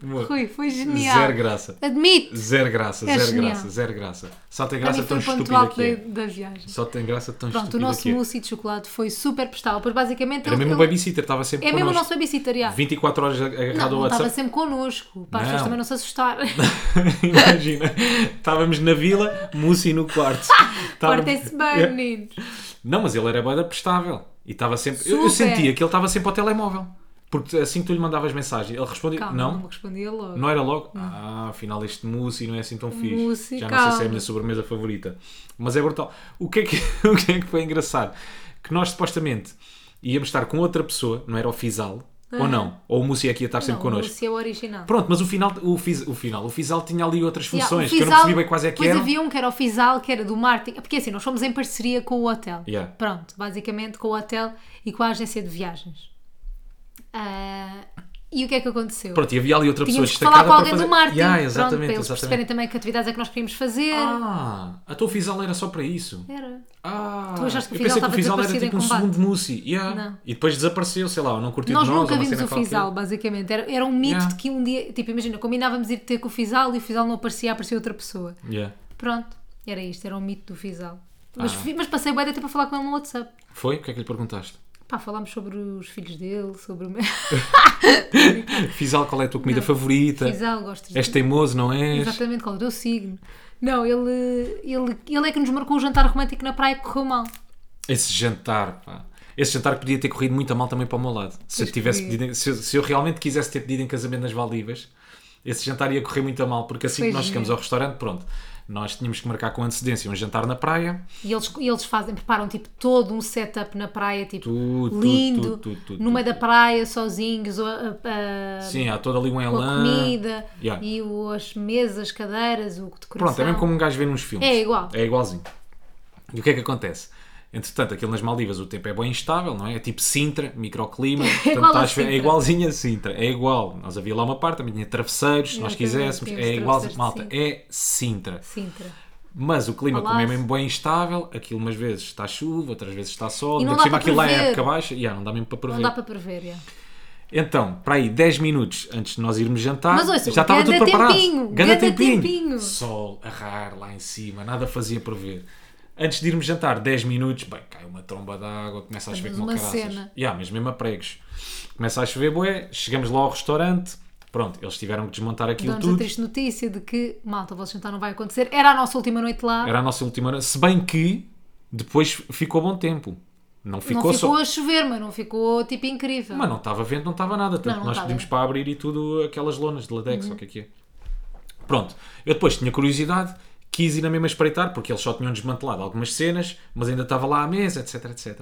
Boa. Rui, foi Zero genial. graça. Admito! Zero graça, É zero genial. graça, zero graça. Só tem Para graça mim tão foi o ponto estúpida alto que da, é. da viagem. Só tem graça tão Pronto, o estúpida nosso que é. mousse de chocolate foi super prestável. Pois basicamente Era ele- mesmo o ele- babysitter, estava sempre é mesmo o connosco. nosso babysitter, já. 24 horas Não, agarrado ao ele WhatsApp. estava sempre connosco, para as pessoas Não. também não se assustar. Imagina, estávamos na vila, Mussi no quarto. É, Estávamos- Portem-se bem, meninos. Não, mas ele era bada prestável. E estava sempre. Eu, eu Super. sentia que ele estava sempre ao telemóvel. Porque assim que tu lhe mandavas mensagem, ele respondia: Calma, não, Não, me respondia logo. não era logo. Ah, afinal este mousse não é assim tão fixe. mousse, Já não calma. sei se é a minha sobremesa favorita. Mas é brutal. O que é que, o que, é que foi engraçado? Que nós supostamente íamos estar com outra pessoa, não era o Fisal, ou não? Ou o Mussi aqui ia estar sempre Não, connosco. O Lúcio é o original. Pronto, mas o final, o, fiz, o final, o Fisal tinha ali outras Yeah, o funções que eu não Fisal- percebi bem quais é que Depois eram. havia um que era o Fisal, que era do marketing. Porque assim, nós fomos em parceria com o hotel. Yeah. Pronto, basicamente com o hotel e com a agência de viagens. Ah, E o que é que aconteceu? Pronto, e havia ali outra pessoa Tínhamos que falar destacada com alguém para fazer... do marketing. Yeah, pronto, para exatamente, eles perceberem exatamente. também que atividades é que nós queríamos fazer. Ah, a tua fisal era só para isso. Era. Ah, Tu achaste que o eu pensei Fisal que o estava Fisal era desaparecido tipo em um combate. segundo Mussi. Yeah. Não. E depois desapareceu, sei lá, ou não curtiu Nós de nós. nunca ou uma vimos cena o qualquer. Fisal, basicamente. Era, era um mito Yeah. de que um dia, tipo, imagina, combinávamos ir ter com o Fisal e o Fisal não aparecia, aparecia outra pessoa. Yeah. Pronto, era isto, era um mito do Fisal. Mas, Ah. fi- mas passei bem até para falar com ele no WhatsApp. Foi? O que é que lhe perguntaste? Pá, falámos sobre os filhos dele, sobre o meu. Fisal, qual é a tua comida favorita? Fisal, gosto de És teimoso, não és? Exatamente, qual é o teu signo. Não, ele, ele, ele é que nos marcou o jantar romântico na praia que correu mal. Esse jantar, pá. Esse jantar que podia ter corrido muito a mal também para o meu lado. Se eu, Pois tivesse podia. pedido, em- se, eu, se eu realmente quisesse ter pedido em casamento nas Valdivas, esse jantar ia correr muito a mal, porque assim Pois que nós chegamos é. ao restaurante, pronto, nós tínhamos que marcar com antecedência um jantar na praia. E eles, e eles fazem, preparam tipo todo um setup na praia, tipo Tudo, tudo, lindo, tudo, tudo, tudo, no meio tudo, da praia, sozinhos, ou, a- a- Sim, há todo ali um com a elan. comida Yeah. e o- as mesas, cadeiras, o decoração. Pronto, é mesmo como um gajo vê nos filmes. É igual. É igualzinho. E o que é que acontece? Entretanto, aquilo nas Maldivas o tempo é bem instável, não é? É tipo Sintra, microclima. portanto, igual a estás- Sintra. é igualzinho a Sintra, é igual. Nós havia lá uma parte, também tinha travesseiros, se nós Exatamente, quiséssemos. tínhamos É igual, travesseiros de malta, é Sintra. Sintra. Mas o clima, como é Palácio. mesmo bem instável, aquilo umas vezes está chuva, outras vezes está sol, E ainda não dá por cima para aquilo lá é prever. época baixa, yeah, não dá mesmo para Não prever. dá para prever, é. Então, para aí 10 minutos antes de nós irmos jantar, Mas ouça, já estava ganda tudo preparado. tempinho, ganda tempinho. Sol, arrar lá em cima, nada fazia prever. Antes de irmos jantar, 10 minutos, bem, cai uma tromba d'água, começa a chover Fazes como uma caraças. cena. Yeah, mas mesmo a pregos. Começa a chover, bué, chegamos lá ao restaurante, pronto, eles tiveram que desmontar aquilo Dão-nos a tudo. triste notícia de que, malta, o vosso jantar não vai acontecer. Era a nossa última noite lá. Era a nossa última hora, se bem que depois ficou bom tempo. Não não ficou ficou só. a chover, mas não ficou tipo incrível. Mas não estava vento, não estava nada. Tanto Não, que não Uhum. nós estava. pedimos para abrir e tudo aquelas lonas de latex, ou o que é que é. Pronto, eu depois tinha curiosidade, quis ir na mesma espreitar, porque eles só tinham desmantelado algumas cenas, mas ainda estava lá a mesa, etc, etc.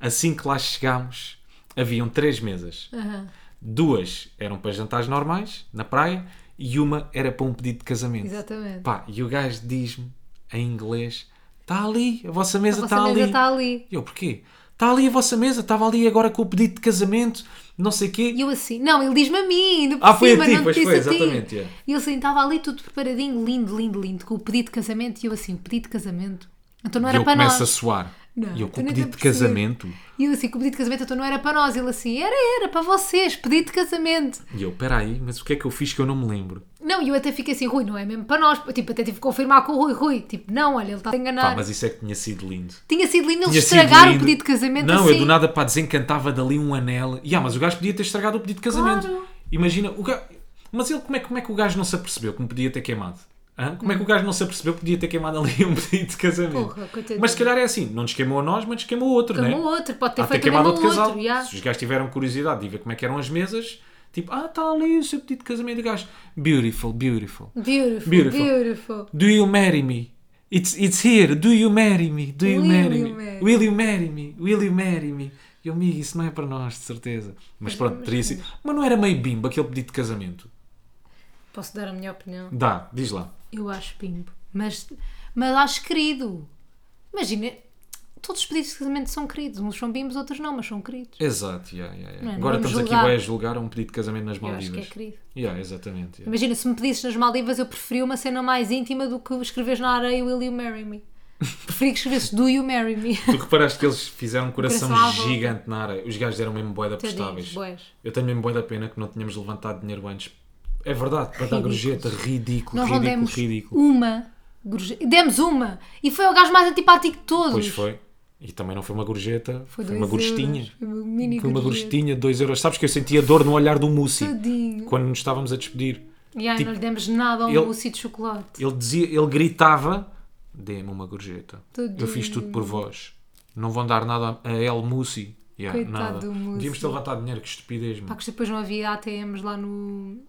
Assim que lá chegámos, haviam três mesas. Aham. Duas eram para jantares normais, na praia, e uma era para um pedido de casamento. Exatamente. Pá, e o gajo diz-me, em inglês, está ali, a vossa mesa a está vossa mesa tá tá ali. está ali. E eu, porquê? Está ali a vossa mesa, estava ali agora com o pedido de casamento, não sei quê. E eu assim, não, ele diz-me a mim, ainda por Ah, foi a cima, ti, não te pois disse foi, a ti. exatamente, é. E ele assim, estava ali tudo preparadinho, lindo, lindo, lindo, com o pedido de casamento. E eu assim, pedido de casamento? Então não e era eu para começo nós. a suar. Não, e eu com tu o nem pedido de te apercebes. casamento. E eu assim, com o pedido de casamento, então não era para nós. E ele assim, era, era, para vocês, pedido de casamento. E eu, peraí, mas o que é que eu fiz que eu não me lembro? Não, e eu até fiquei assim, Rui, não é mesmo para nós. Tipo, até tive que confirmar com o Rui, Rui, tipo, não, olha, ele está a enganar. Pá, mas isso é que tinha sido lindo. Tinha sido lindo Ah. eles Tinha sido estragar o lindo. pedido de casamento Não, assim. eu do nada, pá, desencantava dali um anel. E ah, mas o gajo podia ter estragado o pedido de casamento. Claro. Imagina, o gajo... Mas ele, como é, como é que o gajo não se apercebeu que me podia ter queimado? Hã? Como é que o gajo não se apercebeu que podia ter queimado ali um pedido de casamento? Porra, coitadinho. mas se calhar é assim, não nos queimou a nós, mas nos queimou outro, Como né? o outro, pode ter Há até feito o mesmo queimado a outro casal. outro. já. Se os gajos tiveram curiosidade de ver como é que eram as mesas, tipo, ah, está ali o seu pedido de casamento. E o gajo, beautiful, beautiful. Beautiful, Beautiful. beautiful. Do you marry me? It's, it's here. Do you marry me? Do you Will marry you me? marry? Will you marry me? Will you marry me? E eu, amigo, isso não é para nós, de certeza. Mas pronto, teria sido. Mas não era meio bimbo aquele pedido de casamento? Posso dar a minha opinião? Dá, diz lá. Eu acho bimbo. Mas, mas acho querido. Imagina, todos os pedidos de casamento são queridos. Uns são bimbos, outros não, mas são queridos. Exato, yeah, yeah, yeah. Não, agora vamos estamos aqui julgar. bué, a julgar um pedido de casamento nas Eu acho que é Maldivas. querido. yeah, exatamente. yeah. Imagina, se me pedisses nas Maldivas, eu preferia uma cena mais íntima do que escreveres na areia Will You Marry Me? Preferia que escrevesses Do You Marry Me? Tu reparaste que eles fizeram um coração Coração à volta. gigante na área. Os gajos eram mesmo bué de Tadinhos, apostáveis. boés. Eu tenho mesmo boa da pena que não tínhamos levantado dinheiro antes. É verdade, para dar gorjeta, ridículo, Nós não ridículo, demos ridículo. uma gorjeta. Demos uma! E foi o gajo mais antipático de todos. Pois foi. E também não foi uma gorjeta, foi, dois uma gorjestinha. euros, Foi uma mini Foi uma gorjeta. gorjestinha de 2 euros. Sabes que eu sentia dor no olhar do Mussi Tadinho. quando nos estávamos a despedir. E aí, Tipo, não lhe demos nada a um ele- mousse de chocolate. Ele dizia, ele gritava: dê-me uma gorjeta. Eu Tadinho. fiz tudo por vós. Não vão dar nada a El Mussi. Yeah, Coitado nada. do Mussi. Devíamos ter levantado dinheiro, que estupidez, mano. Pá, que depois não havia ATMs lá no, no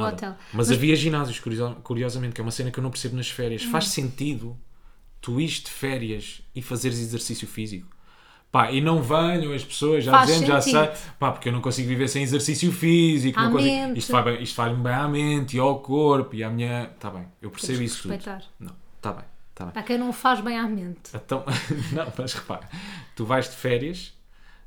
Nada. hotel. Mas, havia ginásios, curiosa- curiosamente, que é uma cena que eu não percebo nas férias. Faz sentido tu ires de férias e fazeres exercício físico? Pá, e não venham as pessoas, já Faz dizemos, já sei, sentido. pá, porque eu não consigo viver sem exercício físico. À Não consigo, mente. isto faz-me bem, isto faz-me bem à mente e ao corpo e à minha. Tá bem, eu percebo Temos que isso tudo. respeitar. Não, tá bem, tá bem. Para quem não faz bem à mente. Então, não, mas repara, tu vais de férias,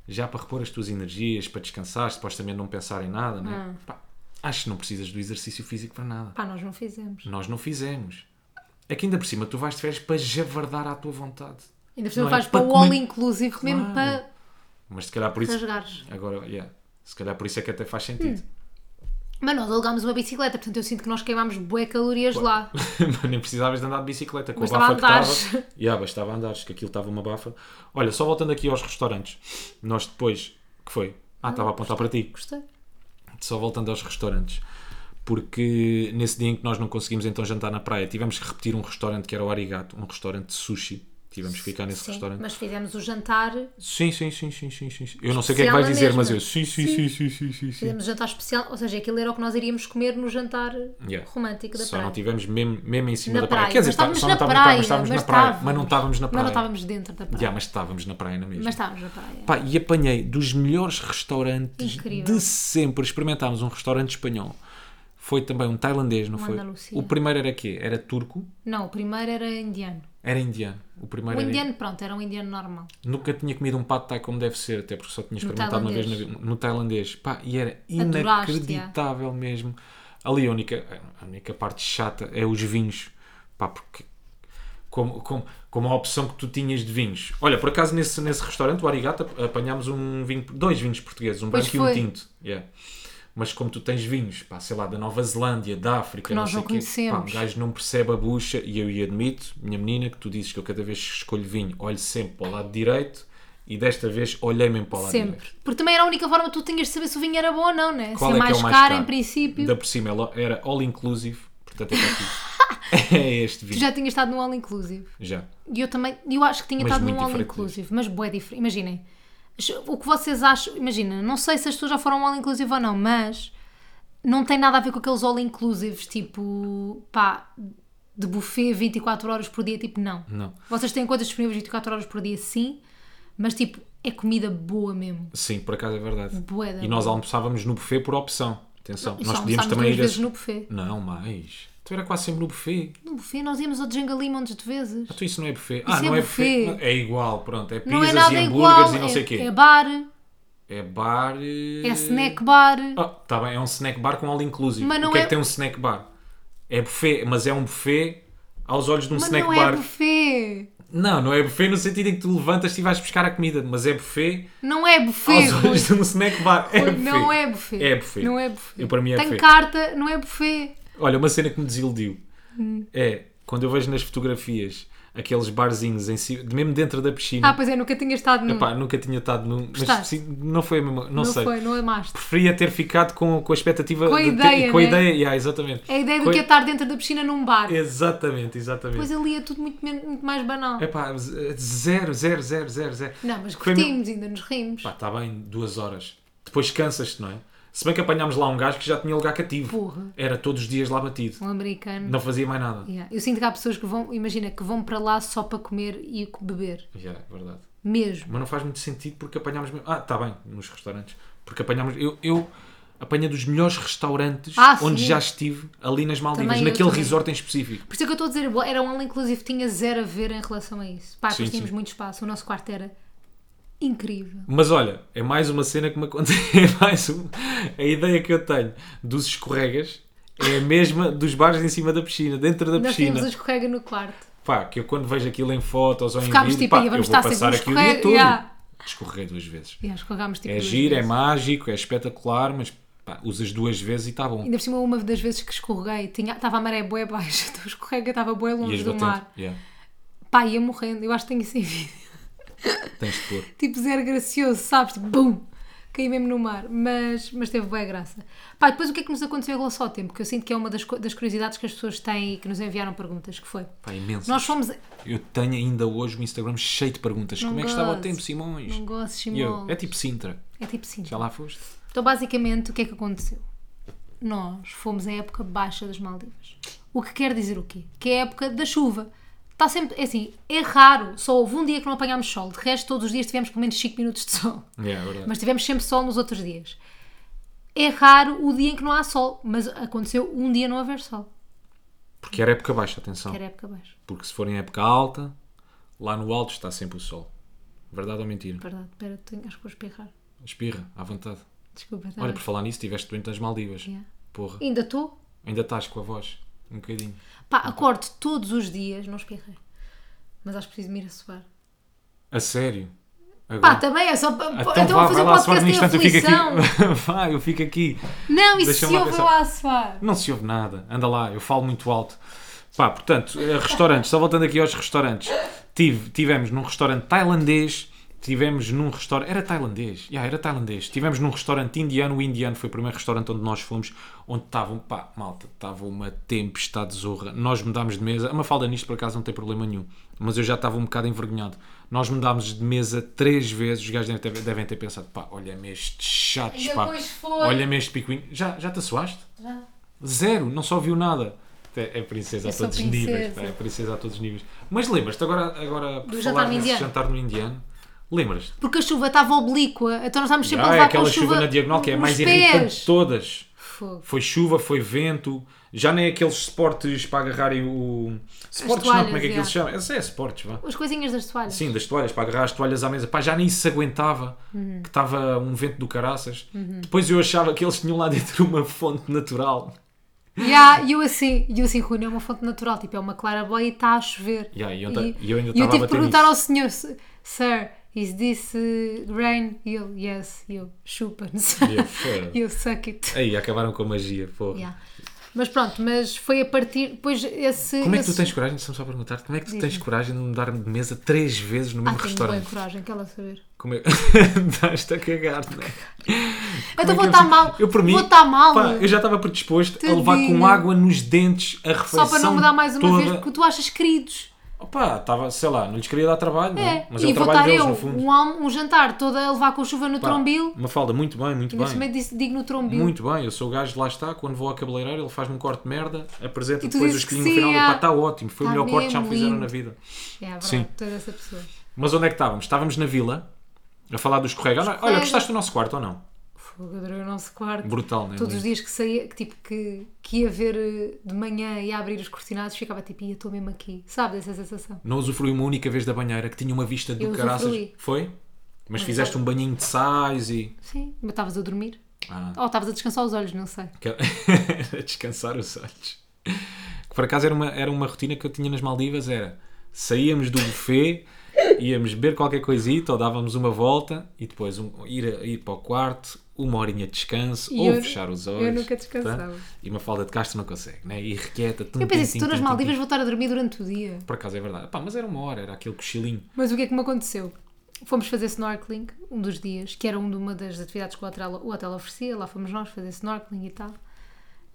já para repor as tuas energias, para descansar, supostamente não pensar em nada, né? Pá, acho que não precisas do exercício físico para nada. Pá, nós não fizemos. Nós não fizemos. É que ainda por cima tu vais de férias para javardar à tua vontade. Ainda por cima Não é? vais para o comer- all inclusive, mesmo Claro. para Mas se calhar por isso. rasgares. Agora, yeah. Se calhar por isso é que até faz sentido. Mas nós alugámos uma bicicleta, portanto eu sinto que nós queimámos bué calorias lá. Mas nem precisavas de andar de bicicleta com Bastava a bafa andares. que estava. Yeah, bastava andares, que aquilo estava uma bafa. Olha, só voltando aqui aos restaurantes, nós depois. que foi? Ah, estava a apontar para ti. Gostei. Só voltando aos restaurantes. Porque nesse dia em que nós não conseguimos então jantar na praia, tivemos que repetir um restaurante que era o Arigato, um restaurante de sushi. Tivemos que ficar nesse Sim, restaurante. mas fizemos o jantar, Sim, sim, sim, sim, sim, sim. sim. Eu não sei o que é que vais Especial dizer, na mesma. mas eu. Sim, sim, sim, sim, sim, sim. sim. fizemos o jantar especial, ou seja, aquilo era o que nós iríamos comer no jantar Yeah. romântico da Só praia. não tivemos mesmo, mesmo em cima Na da praia. praia. Quer dizer, Mas estávamos só na não estávamos, praia, praia, estávamos mas na praia, mas não estávamos. estávamos na Mas praia. não estávamos dentro da praia. Já, mas estávamos na praia, não é mesmo? Mas estávamos na praia. Pá, e apanhei dos melhores restaurantes Incrível. de sempre. Experimentámos um restaurante espanhol. Foi também um tailandês, não Um foi? Andalucia. O primeiro era quê? Era turco? Não, o primeiro era indiano. Era indiano. O primeiro O era... indiano, pronto, era um indiano normal. Nunca tinha comido um pad thai como deve ser, até porque só tinha experimentado uma vez na tailandês. vi- no tailandês. Pá, e era Adoraste, inacreditável mesmo. Ali a única, a única parte chata é os vinhos. Pá, porque como, como, como a opção que tu tinhas de vinhos. Olha, por acaso nesse, nesse restaurante, o Arigata, apanhámos um vinho, dois vinhos portugueses, um Pois branco e foi. um tinto. Yeah. Mas como tu tens vinhos, pá, sei lá, da Nova Zelândia, da África, nós sei não quê, conhecemos. pá, um gajo não percebe a bucha e eu e admito, minha menina, que tu dizes que eu cada vez que escolho vinho olho sempre para o lado direito e desta vez olhei mesmo para o lado direito. Sempre. Porque também era a única forma que tu tinhas de saber se o vinho era bom ou não, né? Qual é, que se é mais, é o mais caro, caro? em princípio. Da por cima ela era all inclusive, portanto é, que aqui. é este Tu vinho. já tinhas estado no all inclusive. Já. E eu também, eu acho que tinha Mas estado muito num all diferente inclusive, mas bué diferente. Imaginem, o que vocês acham, imagina, não sei se as pessoas já foram ao all inclusive ou não, mas não tem nada a ver com aqueles all inclusives, tipo, pá, de buffet 24 horas por dia, tipo, não. Não. Vocês têm coisas disponíveis 24 horas por dia, sim, mas tipo, é comida boa mesmo. Sim, por acaso é verdade. Bué da E nós boa. almoçávamos no buffet por opção. Atenção, E só nós podíamos almoçámos também duas ir a... vezes no buffet. Não, mais. Tu era quase sempre no buffet. No buffet nós íamos ao Djangali montes de vezes. Tu isso não é buffet. ah, é não é buffet. buffet. É igual, pronto. É Não pizzas é nada e hambúrgueres igual, e não é, sei o quê. é bar, É bar. eh, é snack bar. Ah, tá bem, é um snack bar com all inclusive. Mas o não que é... é- que tem um snack bar? É buffet, mas é um buffet aos olhos de um mas snack não bar. é buffet. Não, não é buffet no sentido em que tu levantas e vais buscar a comida, mas é buffet Não é buffet, aos Rui. olhos de um snack bar. É Rui, buffet. Não é buffet. É buffet. Não é buffet. Eu, para mim, é Tem buffet. carta, não é buffet. Olha, uma cena que me desiludiu Hum. é quando eu vejo nas fotografias aqueles barzinhos em cima, mesmo dentro da piscina. Ah, pois é, nunca tinha estado no. Epá, nunca tinha estado num. Mas Gostaste? sim, não foi a mesma. Não, não sei. foi, não é amaste. Preferia ter ficado com, com a expectativa. Com a de ter- ideia, com a né? ideia, yeah, exatamente. É a ideia do Com a- que é estar dentro da piscina num bar. É- Exatamente, exatamente. Pois ali é tudo muito, men- muito mais banal. Epá, z- zero, zero, zero, zero, zero. Não, mas É- Foi mesmo- curtimos, ainda nos rimos. Pá, está bem, duas horas. Depois cansas-te, não é? Se bem que apanhámos lá um gajo que já tinha lugar cativo. Porra. Era todos os dias lá batido. Um americano. Não fazia mais nada. Yeah. Eu sinto que há pessoas que vão, imagina, que vão para lá só para comer e beber. Já, é verdade. Mesmo. Mas não faz muito sentido porque apanhámos. mesmo- Ah, está bem, nos restaurantes. Porque apanhámos. Eu, eu apanhei dos melhores restaurantes Ah, onde sim. já estive, ali nas Maldivas, Também eu naquele também. resort em específico. Por isso é que eu estou a dizer, era um all inclusive, tinha zero a ver em relação a isso. Pá, Sim, nós tínhamos sim. muito espaço, o nosso quarto era incrível. Mas olha, é mais uma cena que me acontece. É mais um... A ideia que eu tenho dos escorregas é a mesma dos bares em cima da piscina, dentro da Nós piscina. tínhamos o escorrega no quarto. Pá, que eu quando vejo aquilo em fotos ou em Ficámos vídeo, tipo, pá, "Ia, vamos eu vou estar passar aqui sempre a o dia escorrer", todo. yeah. Escorreguei duas vezes. E escorregámos tipo É duas giro, é vezes. mágico, é espetacular, mas pá, usas duas vezes e está bom. Ainda por cima, uma das vezes que escorreguei, tinha, estava a maré bué baixa, então o escorrega estava bué Ias longe do batendo. mar. Yeah. Pá, ia morrendo, eu acho que tenho isso em vídeo. Tens de pôr. Tipo zero gracioso, sabes? Tipo, bum! Caí mesmo no mar, mas, mas teve boa graça. Pá, depois o que é que nos aconteceu em relação ao tempo? Que eu sinto que é uma das, co- das curiosidades que as pessoas têm e que nos enviaram perguntas, que foi... Pá, imenso. Nós fomos... Eu tenho ainda hoje o Instagram cheio de perguntas. Não Como é que estava o gosto. tempo, Simões? Não gosto, E eu, Simão. é tipo Sintra. É tipo sim. Já lá foste? Então, basicamente, o que é que aconteceu? Nós fomos à época baixa das Maldivas. O que quer dizer o quê? Que é a época da chuva. Está sempre, é assim, é raro, só houve um dia que não apanhámos sol, de resto, todos os dias tivemos pelo menos 5 minutos de sol. É, é verdade. Mas tivemos sempre sol nos outros dias. É raro o dia em que não há sol, mas aconteceu um dia não haver sol, Porque era época baixa, atenção. que era época baixa. Porque se for em época alta, lá no alto está sempre o sol. Verdade ou mentira? Verdade, espera, tenho- acho que vou espirrar. Espirra, à vontade. Desculpa, tá Olha, bem. por falar nisso, estiveste doente nas Maldivas. Yeah. Porra. Ainda estou. Ainda estás com a voz. Um bocadinho. Pá, acordo todos os dias, não espirrei. Mas acho que preciso me ir a suar. A sério? Pá, Agora. também é só para. então Então, vá, vou fazer vai um lá suar no podcast instante, de eu fico aflição. aqui. Vai, eu fico aqui. Não, isso se Deixa-me lá ouve eu pensar. lá a suar. Não se ouve nada. Anda lá, eu falo muito alto. Pá, portanto, eh, restaurantes. Só voltando aqui aos restaurantes. Tive, tivemos num restaurante tailandês. Tivemos num restaurante. Era tailandês. Yeah, era tailandês. Tivemos num restaurante indiano. O indiano foi o primeiro restaurante onde nós fomos. Onde estavam. Pá, malta, estava uma tempestade de zorra. Nós mudámos de mesa. A Mafalda nisto, por acaso, não tem problema nenhum. Mas eu já estava um bocado envergonhado. Nós mudámos de mesa três vezes. Os gajos devem ter, devem ter pensado: pá, olha-me estes chatos, E pá. depois foi. Olha-me este picuinho. Já, já te suaste? Já. Zero, não só viu nada. É é princesa Eu a sou todos os princesa. níveis. pá, É princesa a todos os níveis. Mas lembras-te agora, agora por Do jantar falar no nesse indiano. jantar no indiano? Lembras-te? Porque a chuva estava oblíqua, então nós estávamos sempre a Ah, é levar com aquela a chuva, chuva na diagonal que é a nos mais pés. irritante de todas. Fogo. Foi chuva, foi vento, já nem aqueles suportes para agarrarem o. Suportes não, toalhas, como é que aquilo já. se chama? É, é suportes, vá. As coisinhas das toalhas. Sim, das toalhas, para agarrar as toalhas à mesa. Pá, já nem se aguentava, Uhum. que estava um vento do caraças. Depois eu achava que eles tinham lá dentro uma fonte natural. E há- e eu assim, e eu assim, Rui, não é uma fonte natural, tipo, é uma claraboia e está a chover. Yeah, e eu ta- e eu ainda estava e eu a tive que bater perguntar nisso. ao senhor, "S- Sir, is this uh, rain? E ele, yes, e eu, chupa-nos. E eu, "Foda-se." E eu, suck it. Aí, acabaram com a magia, porra. Yeah. Mas pronto, mas foi a partir, depois esse... Como é que tu esse- tens coragem, deixa-me só perguntar, como é que tu tens Diz-me. coragem de mudar de mesa três vezes no Ah, mesmo tenho boa restaurante? coragem, quero lá saber. Como é... Estás-te a cagar, não é? então Como vou é que estar eu- mal, Eu, por mim, vou estar mal. eh, pá, eu já estava predisposto a levar com Tadinho. água nos dentes a refeição Só para não mudar mais uma toda. vez, porque tu achas queridos. Opá, estava, sei lá, não lhes queria dar trabalho, não é? É, mas é e o vou trabalho deles, estar eu, no fundo. um, almo- um jantar todo a levar com chuva no Pá, trombil. Uma falda, muito bem, muito Ainda por bem. cima é disse- digo no trombil. Muito bem, eu sou o gajo, lá está, quando vou ao cabeleireiro, ele faz-me um corte de merda, apresenta E tu depois o dizes que esquinho no sim, final, ah. pá, está ótimo, foi o Tá melhor corte que já me mesmo fizeram lindo. na vida. É, é verdade, Sim. tu és essa pessoa. Mas onde é que estávamos? Estávamos na vila, a falar do escorrega. Olha, Olha, Escorrega. gostaste do nosso quarto ou não? Fogo, adorei o nosso quarto. Brutal, né? Todos os Lindo. dias que saía, que tipo, que, que ia ver eh, de manhã e ia abrir os cortinados, ficava tipo, ia, estou mesmo aqui. Sabes essa sensação? Não usufrui uma única vez da banheira, que tinha uma vista do Eu caraças. usufruí. Foi? Mas fizeste um banhinho de sais e... Sim, mas estavas a dormir. Ah, Ou estavas a descansar os olhos, não sei. que- é descansar os olhos. Que por acaso era uma, era uma rotina que eu tinha nas Maldivas, era... Saíamos do buffet, íamos beber qualquer coisita ou dávamos uma volta e depois um- ir, a- ir para o quarto, uma horinha de descanso E ou eu- fechar os eu olhos. tá? nunca descansava. E uma falda de Castro não consegue, né? E requieta... tum, Eu tum, pensei, se tum, estou nas tum, tum, Maldivas, vou estar a dormir durante o dia. Por acaso é verdade. Pá, mas era uma hora, era aquele cochilinho. Mas o que é que me aconteceu? Fomos fazer snorkeling um dos dias, que era uma das atividades que o hotel, o hotel oferecia, lá fomos nós fazer snorkeling e tal.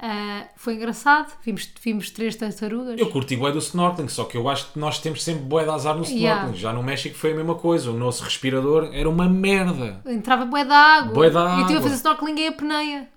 Ah, foi engraçado, vimos, vimos três tartarugas. Eu curti bué do snorkeling, só que eu acho que nós temos sempre bué de azar no snorkeling. Yeah. Já no México foi a mesma coisa. O nosso respirador era uma merda. Entrava bué da água. Bué da e eu estive a água. fazer snorkeling em apneia.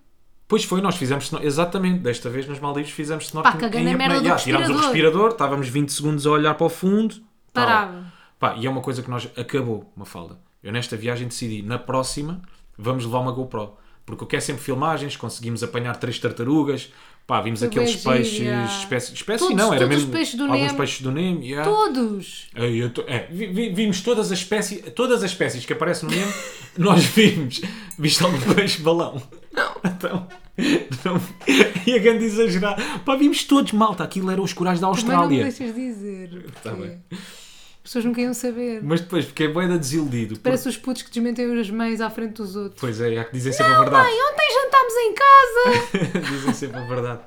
Pois foi, nós fizemos snor- exatamente, desta vez nos Maldivos fizemos snorkeling. Pá, caguei em na apneia. merda do Yeah, Tirámos o respirador. respirador, estávamos 20 segundos a olhar para o fundo. Tá lá. Parava. Pá, e é uma coisa que nós acabou, uma falda. Eu nesta viagem decidi, na próxima, vamos levar uma GoPro. Porque eu quero sempre filmagens, conseguimos apanhar três tartarugas, pá, vimos Foi aqueles bem peixes, giro, yeah. espécies, espécies Todos- não, era todos os mesmo peixes do alguns Nemo. peixes do Nemo, yeah. Todos! Aí eu tô- é, vi- vi- vimos todas as espécies, todas as espécies que aparecem no Nemo, nós vimos. Viste algum peixe balão? Não. Então, não. E a grande exagerar. Pá, vimos todos, malta, aquilo eram os corais da Mas não me Austrália. deixas dizer. Tá porque bem. As pessoas nunca iam saber. Mas depois fiquei boeda desiludido. porque- Parece os putos que desmentem as mães à frente dos outros. Pois é, há que dizer sempre a verdade. Ai, ontem jantámos em casa! Dizem sempre a verdade.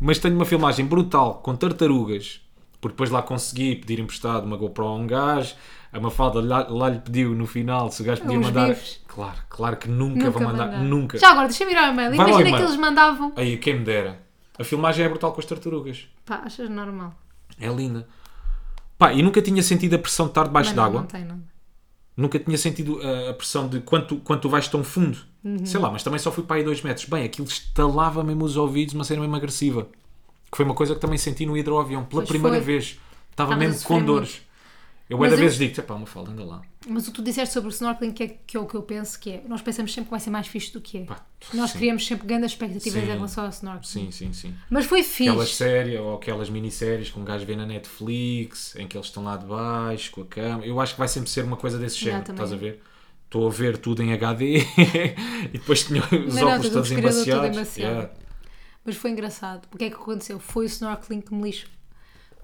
Mas tenho uma filmagem brutal com tartarugas, porque depois lá consegui pedir emprestado uma GoPro a um gajo. A Mafalda lá, lá lhe pediu no final se o gajo podia Uns mandar. bifes. Claro, claro que nunca, nunca vão mandar. mandaram. Nunca. Já agora, deixa-me ir ao e-mail. Vai lá ao Imagina que e-mail. eles mandavam. Aí, quem me dera. A filmagem é brutal com as tartarugas. Pá, achas normal? É linda. Pá, e nunca tinha sentido a pressão de estar debaixo Mas não, d'água. Não tem nada. Nunca tinha sentido eh, a, a pressão de quanto, quanto vais tão fundo. Uhum. Sei lá, mas também só fui para aí dois metros. Bem, aquilo estalava mesmo os ouvidos, uma cena mesmo agressiva. Que foi uma coisa que também senti no hidroavião pela Pois primeira foi. vez. Estava Estavas a mesmo sofrer com dores. Eu bué de Mas eu- vezes digo, pá, uma falda, anda lá. Mas o que tu disseste sobre o snorkeling, que é, que é o que eu penso, que é, nós pensamos sempre que vai ser mais fixe do que é. Pá, nós sim. criamos sempre grandes expectativas Sim. em relação ao snorkeling. Sim, sim, sim. Mas foi fixe. Aquelas séries ou aquelas minisséries que um gajo vê na Netflix, em que eles estão lá de baixo, com a cama. Eu acho que vai sempre ser uma coisa desse género, também. estás a ver? Estou a ver tudo em HD e depois tinha os Não, não, óculos tudo todos escuro, tudo embaciados. embaciado. Yeah. Mas foi engraçado. O que é que aconteceu? Foi o snorkeling que me lixou.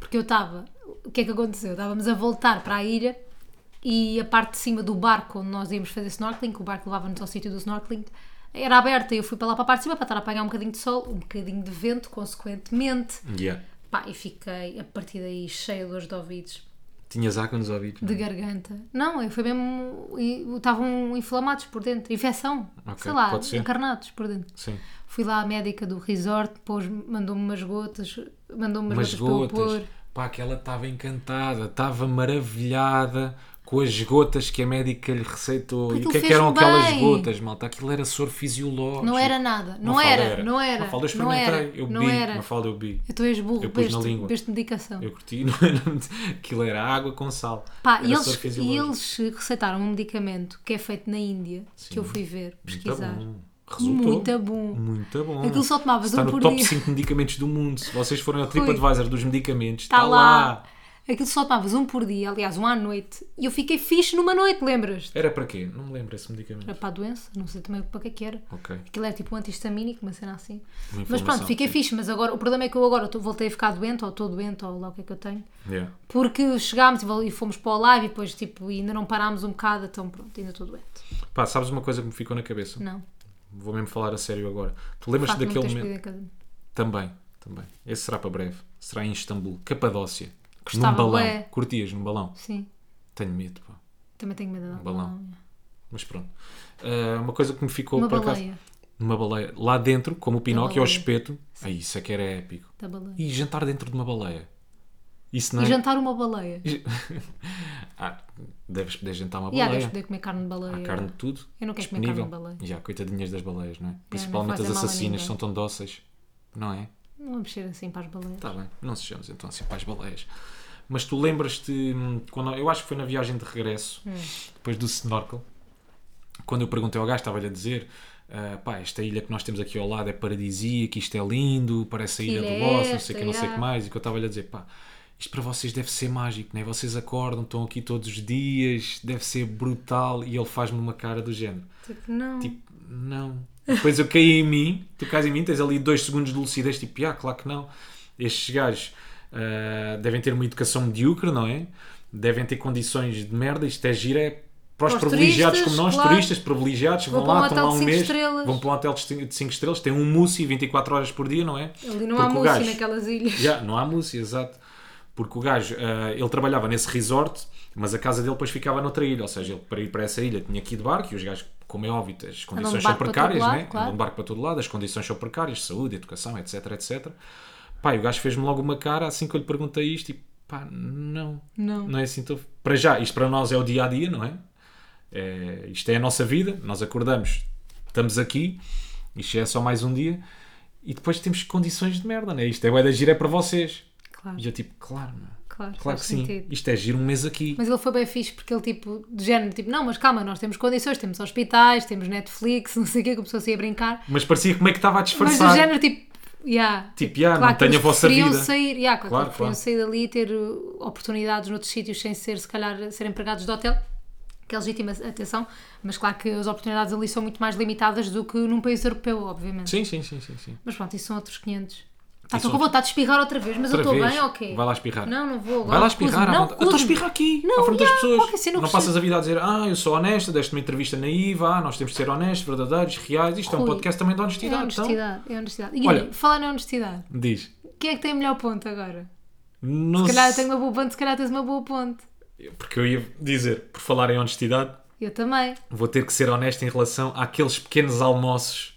Porque eu estava. O que é que aconteceu? Estávamos a voltar para a ilha e a parte de cima do barco onde nós íamos fazer snorkeling, que o barco levava-nos ao sítio do snorkeling, era aberta. Eu fui para lá para a parte de cima para estar a apanhar um bocadinho de sol, um bocadinho de vento, consequentemente. Yeah. Pá, e fiquei a partir daí cheia de dores de ouvidos, Tinhas água nos ouvidos. de garganta. Não, eu foi mesmo. e- Estavam inflamados por dentro, infecção, Ok, sei lá, pode ser. encarnados por dentro. Sim. Fui lá à médica do resort, pôs, mandou-me umas gotas, mandou-me umas Umas gotas, para eu gotas. pôr. Pá, que ela estava encantada, estava maravilhada com as gotas que a médica lhe receitou. e o Aquilo que é que fez-me eram aquelas bem. gotas, malta? Aquilo era soro fisiológico. Não era nada, não Mafalda era, não era. Mafalda, eu não experimentei, era, eu não bebi. era. Mafalda, eu bebi. Eu estou esburro, Eu pus na beste língua. beste medicação. Eu curti, não era muito- Aquilo era água com sal. Pá, Era e soro eles, e fisiológico. eles receitaram um medicamento que é feito na Índia, que eu fui ver, pesquisar. Muito bom. Resultou. Hum. Muito bom. Muito bom. Aquilo só tomavas Está um no por top dia. 5 medicamentos do mundo. Se vocês forem ao TripAdvisor dos medicamentos, Está está Tá lá. Tá Aquilo só tomavas um por dia, aliás, um à noite. E eu fiquei fixe numa noite, lembras-te? Era para quê? Não me lembro esse medicamento. Era para a doença, não sei também para que é que era. Ok. Aquilo era tipo um antihistamínico, uma cena assim. Uma Mas pronto, informação, fiquei sim. fixe, mas agora o problema é que eu agora tô- voltei a ficar doente, ou estou doente, ou lá o que é que eu tenho. Yeah. Porque chegámos e vol- e fomos para o live e depois tipo, ainda não parámos um bocado, então pronto, ainda estou doente. Pá, sabes uma coisa que me ficou na cabeça? Não. Vou mesmo falar a sério agora. Tu de lembras-te facto, não me daquele tens momento? pedido em casa. Também, também. Esse será para breve. Será em Istambul, Capadócia. Gostava, num balão. bué. Curtias num balão? Sim. Tenho medo, pá. Também tenho medo de dar um Balão. balão. Mas pronto. Ah, uma coisa que me ficou Uma por acaso. baleia. Numa baleia. Lá dentro, como o Pinóquio ao baleia. espeto. Aí, isso é que era épico. Da baleia. E jantar dentro de uma baleia. Isso não E é. jantar uma baleia. Ah, deves poder jantar uma E há, deves baleia. poder comer carne de baleia. Há carne de tudo. Eu não quero comer disponível. carne de baleia. Já, coitadinhas das baleias, não é? não Principalmente fazem as mal a assassinas, ninguém. são tão dóceis. Não é? Não vamos ser assim para as baleias. Está bem, não sejamos então assim para as baleias. Mas tu lembras-te, hum, quando, eu acho que foi na viagem de regresso, depois do snorkel, quando eu perguntei ao gajo, estava-lhe a dizer: ah, pá, esta ilha que nós temos aqui ao lado é paradisíaca, isto é lindo, parece a ilha ilha é do Lost, não sei esta, o que, não sei o já? que mais. E que eu estava-lhe a dizer: pá, isto para vocês deve ser mágico, né? vocês acordam, estão aqui todos os dias, deve ser brutal. E ele faz-me uma cara do género: Tipo, não. Tipo, não. Depois eu caí em mim, tu cais em mim, tens ali dois segundos de lucidez, tipo, ah, claro que não. Estes gajos ah, devem ter uma educação medíocre, não é? Devem ter condições de merda, isto é giro, é para os Para os privilegiados turistas, como nós, claro. turistas privilegiados, que Vão vão para um lá, estão lá hotel de um cinco mês, estrelas. vão para um hotel de 5 estrelas, têm um mousse 24 horas por dia, não é? Ali não Porque há o música gajo- naquelas ilhas. já, não há música, exato. Porque o gajo, ah, ele trabalhava nesse resort, mas a casa dele depois ficava noutra ilha. Ou seja, ele para ir para essa ilha tinha que ir de barco e os gajos, como é óbvio, as Andam condições de são barco para todo precárias, lado, né? claro. Andam de barco para todo lado, as condições são precárias, saúde, educação, etc, etc. Pá, e o gajo fez-me logo uma cara assim que eu lhe perguntei isto e pá, não. Não. Não é assim tão... Para já, isto para nós é o dia a dia, não é? É, Isto é a nossa vida, nós acordamos, estamos aqui, isto é só mais um dia e depois temos condições de merda, não é? Isto é bué da gira é para vocês. Claro, E eu tipo, claro, meu. claro. claro faz que sim. sentido. Isto é giro um mês aqui. Mas ele foi bem fixe porque ele, tipo, de género, tipo, não, mas calma, nós temos condições, temos hospitais, temos Netflix, não sei o quê, começou assim a brincar. Mas parecia como é que estava a Mas disfarçar. do género, tipo, yeah, Tipo, yeah, não que tenho eles a vossa preferiam vida. sair, yeah, claro, Claro, que preferiam claro. sair dali e ter uh, oportunidades noutros sítios sem ser, se calhar, ser empregados de hotel, que é legítima atenção, mas claro que as oportunidades ali são muito mais limitadas do que num país europeu, obviamente. Sim, sim, sim, sim, sim. Mas pronto, isso são outros 500. Isso Ah, estou com são- vontade de espirrar outra vez, mas eu Outra estou vez. bem ou quê? Vai lá espirrar. Não, não vou. Vai lá agora espirrar. recuso-me. à Não, vontade. eu estou a recuso-me. espirrar aqui, Não, à frente já, das qualquer pessoas. cena Não, eu passas a vida a dizer, ah, eu sou honesta, deste-me entrevista na IVA, ah, nós temos de ser honestos, verdadeiros, reais. Isto é um Rui, podcast também de É honestidade. então. honestidade, é honestidade. E Olha- olha, falar na honestidade, Diz. quem é que tem a melhor ponte agora? Não Se calhar eu sei- tenho uma boa ponte, se calhar tens uma boa ponte. Porque eu ia dizer, por falar em honestidade, Eu também. vou ter que ser honesto em relação àqueles pequenos almoços.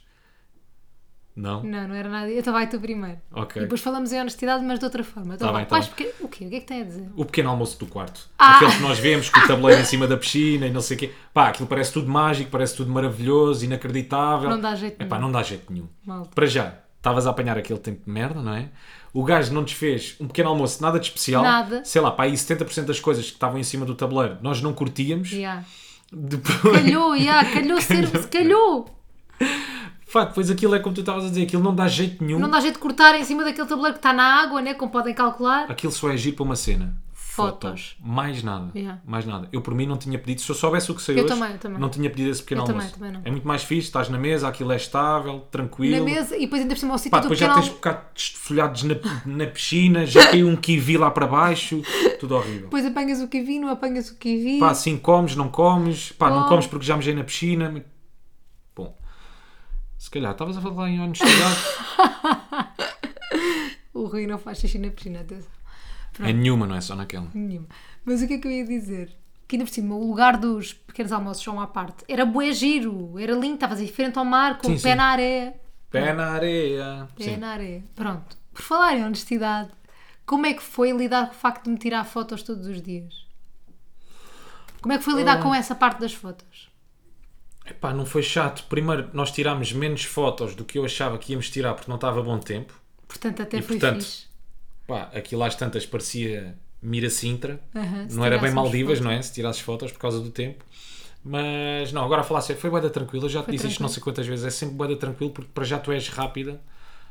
Não? Não, não era nada. Então vai tu primeiro. Ok. E depois falamos em honestidade, mas de outra forma. Então Tá vá, bem, tá vais porque- O quê? O que é que tem a dizer? O pequeno almoço do quarto. Ah! Aquele que nós vemos com o tabuleiro em cima da piscina e não sei o quê. Pá, aquilo parece tudo mágico, parece tudo maravilhoso, inacreditável. Não dá jeito Epá, nenhum. não dá jeito nenhum. Malta. Para já, estavas a apanhar aquele tempo de merda, não é? O gajo não desfez um pequeno almoço, nada de especial. Nada. Sei lá, para aí 70% das coisas que estavam em cima do tabuleiro nós não curtíamos. Yeah. Depois, Calhou, yeah, calhou ser, calhou. Pá, depois aquilo é como tu estavas a dizer, aquilo não dá jeito nenhum. Não dá jeito de cortar em cima daquele tabuleiro que está na água, né? Como podem calcular. Aquilo só é giro para uma cena. Fotos. Mais nada. Yeah. Mais nada. Eu por mim não tinha pedido, se eu soubesse o que saiu Eu hoje, também, eu também. não tinha pedido esse pequeno Eu também, almoço. também não. É muito mais fixe, estás na mesa, aquilo é estável, tranquilo. Na mesa e depois ainda por cima ao sítio Pá, do depois já pequeno tens almoço. bocados de folhados na, na piscina, já caiu um kiwi lá para baixo, tudo horrível. Depois apanhas o kiwi, não apanhas o kiwi. Pá, assim comes, não comes, pá, não Come. comes porque já mejei na piscina. Bom, se calhar estavas a falar em honestidade. O Rui não faz xixi na piscina, atenção. é nenhuma, não é só naquela. Nenhuma. Mas o que é que eu ia dizer? Que ainda por cima, o lugar dos pequenos almoços são à parte. Era bué giro, era lindo, estavas em frente ao mar, com Sim, o pé sim. na areia. Pé na areia. Pé Sim. na areia. Pronto. Por falar em honestidade, como é que foi lidar com o facto de me tirar fotos todos os dias? Como é que foi lidar com essa parte das fotos? Epá, não foi chato. Primeiro, nós tirámos menos fotos do que eu achava que íamos tirar porque não estava bom tempo. Portanto, até E, foi portanto, fixe. Pá, aquilo às tantas parecia Mira Sintra. Aham, se não era bem tirássemos Maldivas, fotos. não é? Se tirasses fotos por causa do tempo. Mas não, agora a falar sério, foi boeda tranquila. Já te disse isto não tranquilo. sei quantas vezes. É sempre boeda tranquilo porque para já tu és rápida,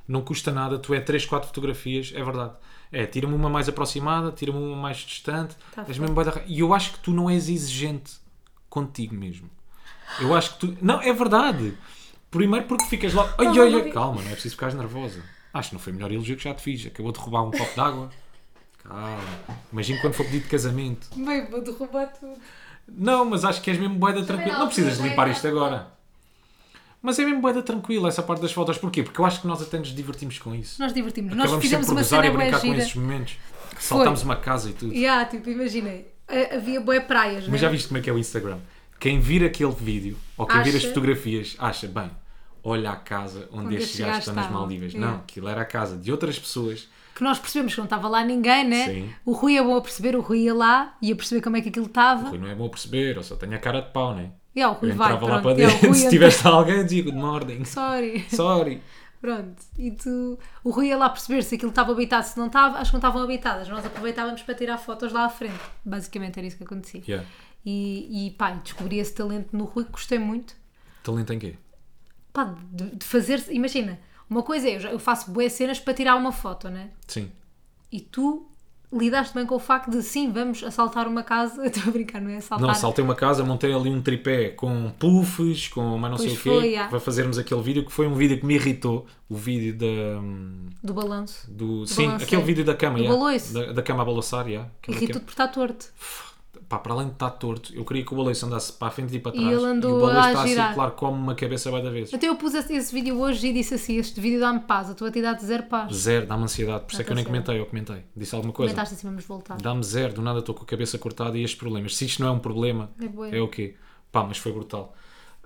não custa nada. Tu é 3, 4 fotografias, é verdade. É, tira-me uma mais aproximada, tira-me uma mais distante. Tá és feito. mesmo bué da ra- E eu acho que tu não és exigente contigo mesmo. Eu acho que tu. Não, é verdade. Primeiro porque ficas logo. Ai, Não, ai, não ai, vi. calma, não é preciso ficares nervosa. Acho que não foi o melhor elogio que já te fiz. Acabou de roubar um copo de água. Calma. Imagina quando for pedido de casamento. Bem, vou derrubar tudo. Não, mas acho que és mesmo boeda tranquila. não, Não precisas também limpar não. isto agora. Mas é mesmo boeda tranquila essa parte das fotos. Porquê? Porque eu acho que nós até nos divertimos com isso. Nós divertimos. Nós Acabamos fizemos sempre por uma gozar cena e bué brincar com gira. esses momentos. Saltámos uma casa e tudo. Yeah, tipo, imaginei. a- Havia bué praias, não é? Mas já viste como é que é o Instagram? Quem vir aquele vídeo ou quem vir as Acha. fotografias acha, bem, olha a casa onde, Onde estes estes gajos gajos estão nas estavam. Maldivas. É. Não, aquilo era a casa de outras pessoas. que nós percebemos que não estava lá ninguém, né? Sim. O Rui é bom a perceber, o Rui ia lá, ia perceber como é que aquilo O estava. Rui não é bom a perceber, eu só tenho a cara de pau, né? E é, o Eu Rui vai, entrava lá pronto. para é, o dentro. Rui Se entra- tiveste alguém, eu digo good morning. Sorry. Sorry. Pronto. E tu... O Rui ia lá perceber se aquilo estava habitado, se não estava. Acho que não estavam habitadas. Nós aproveitávamos para tirar fotos lá à frente. Basicamente era isso que acontecia. Yeah. E, e pá, descobri esse talento no Rui, que gostei muito. Talento em quê? Pá, de, de fazer... Imagina, uma coisa é, eu, já- eu faço boas cenas para tirar uma foto, né? Sim. E tu... Lidaste bem com o facto de sim, vamos assaltar uma casa. Estou a brincar, não é assaltar. Não, saltei uma casa, montei ali um tripé com puffs, com mais não Pois sei o quê, foi, já. para fazermos aquele vídeo que foi um vídeo que me irritou. O vídeo da. hum, Do balanço. Do, sim, balanceio. aquele vídeo da cama, Do já. baloiço. da, da cama a balançar, já. Aquela Irritou-te cama. por estar torto. Pá, para além de estar torto, eu queria que o baloiço andasse para a frente e para E trás. ele andou o baloiço a está a girar. circular como uma cabeça vai da vez. Até Então eu pus esse esse vídeo hoje e disse assim: Este vídeo dá-me paz, a tua atividade zero paz. Zero, dá-me ansiedade. Por isso é que eu nem Atenção. comentei, eu comentei. Disse alguma coisa. Comentaste assim: Vamos voltar. Dá-me zero, do nada estou com a cabeça cortada e estes problemas. Se isto não é um problema, É bué. é o quê? Pá, mas foi brutal.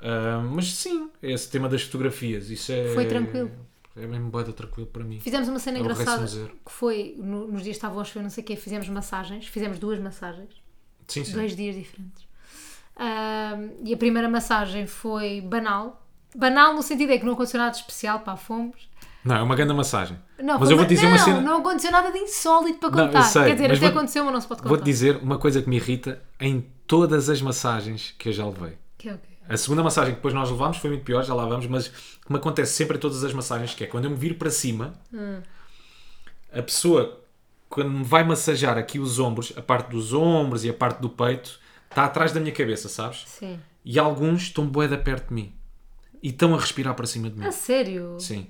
Ah, mas sim, esse tema das fotografias, isso é. Foi tranquilo. É mesmo boeda tranquilo para mim. Fizemos uma cena Eu aborreço-me engraçada zero. que foi no- nos dias que estavam a chover, não sei o quê, fizemos massagens, fizemos duas massagens, Sim, sim. dois dias diferentes. Ahm, e a primeira massagem foi banal. Banal no sentido é que não aconteceu nada de especial, pá, fomos. Não, é uma grande massagem. Não, mas foi eu vou-te dizer não, uma cena. não aconteceu nada de insólito para Não, eu contar. sei, Quer dizer, mas até vou-te- aconteceu, mas não se pode contar. Vou-te dizer uma coisa que me irrita em todas as massagens que eu já levei. Que é o quê? A segunda massagem que depois nós levámos foi muito pior, já lá vamos, mas que me acontece sempre em todas as massagens, que é quando eu me viro para cima, a pessoa, quando me vai massagear aqui os ombros, a parte dos ombros e a parte do peito, está atrás da minha cabeça, sabes? Sim. E alguns estão boeda perto de mim. E estão a respirar para cima de mim. A sério? Sim.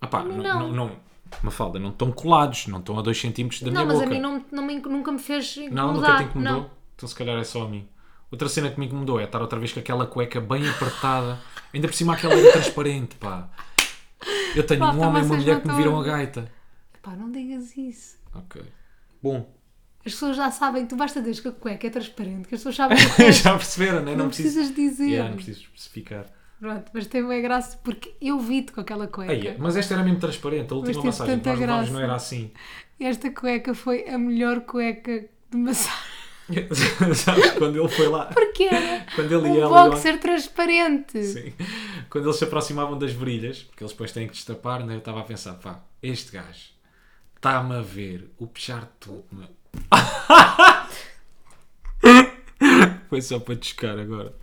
Ah pá, não, Ah, não. não, não. Mafalda, não estão colados, não estão a 2 cm da Não, minha mas boca. a mim não, não me- nunca me fez incomodar. Não, nunca te incomodou? Não. Então se calhar é só a mim. Outra cena que me incomodou é estar outra vez com aquela cueca bem apertada, ainda por cima aquela era transparente, pá. Eu tenho Pá, um pá, homem e uma vocês mulher não que me estão a viram a ver. gaita. Pá, não digas isso. Ok. Bom, As pessoas já sabem, tu basta dizer que a cueca é transparente, que as pessoas sabem que a cueca- já perceberam, né? não, precisas dizer. Yeah, não preciso especificar. Pronto, mas tem uma graça porque eu vi-te com aquela cueca. Aí, mas esta era mesmo transparente, a última teve massagem que tanta nós levámos graça. não era assim. E Esta cueca foi a melhor cueca de massagem. Sabes, quando ele foi lá, Porque era quando ele e um ela... boxer transparente. Sim. quando eles se aproximavam das varilhas, porque eles depois têm que destapar, né? eu estava a pensar, pá, este gajo está-me a ver o puxar tudo, meu. Foi só para descar agora.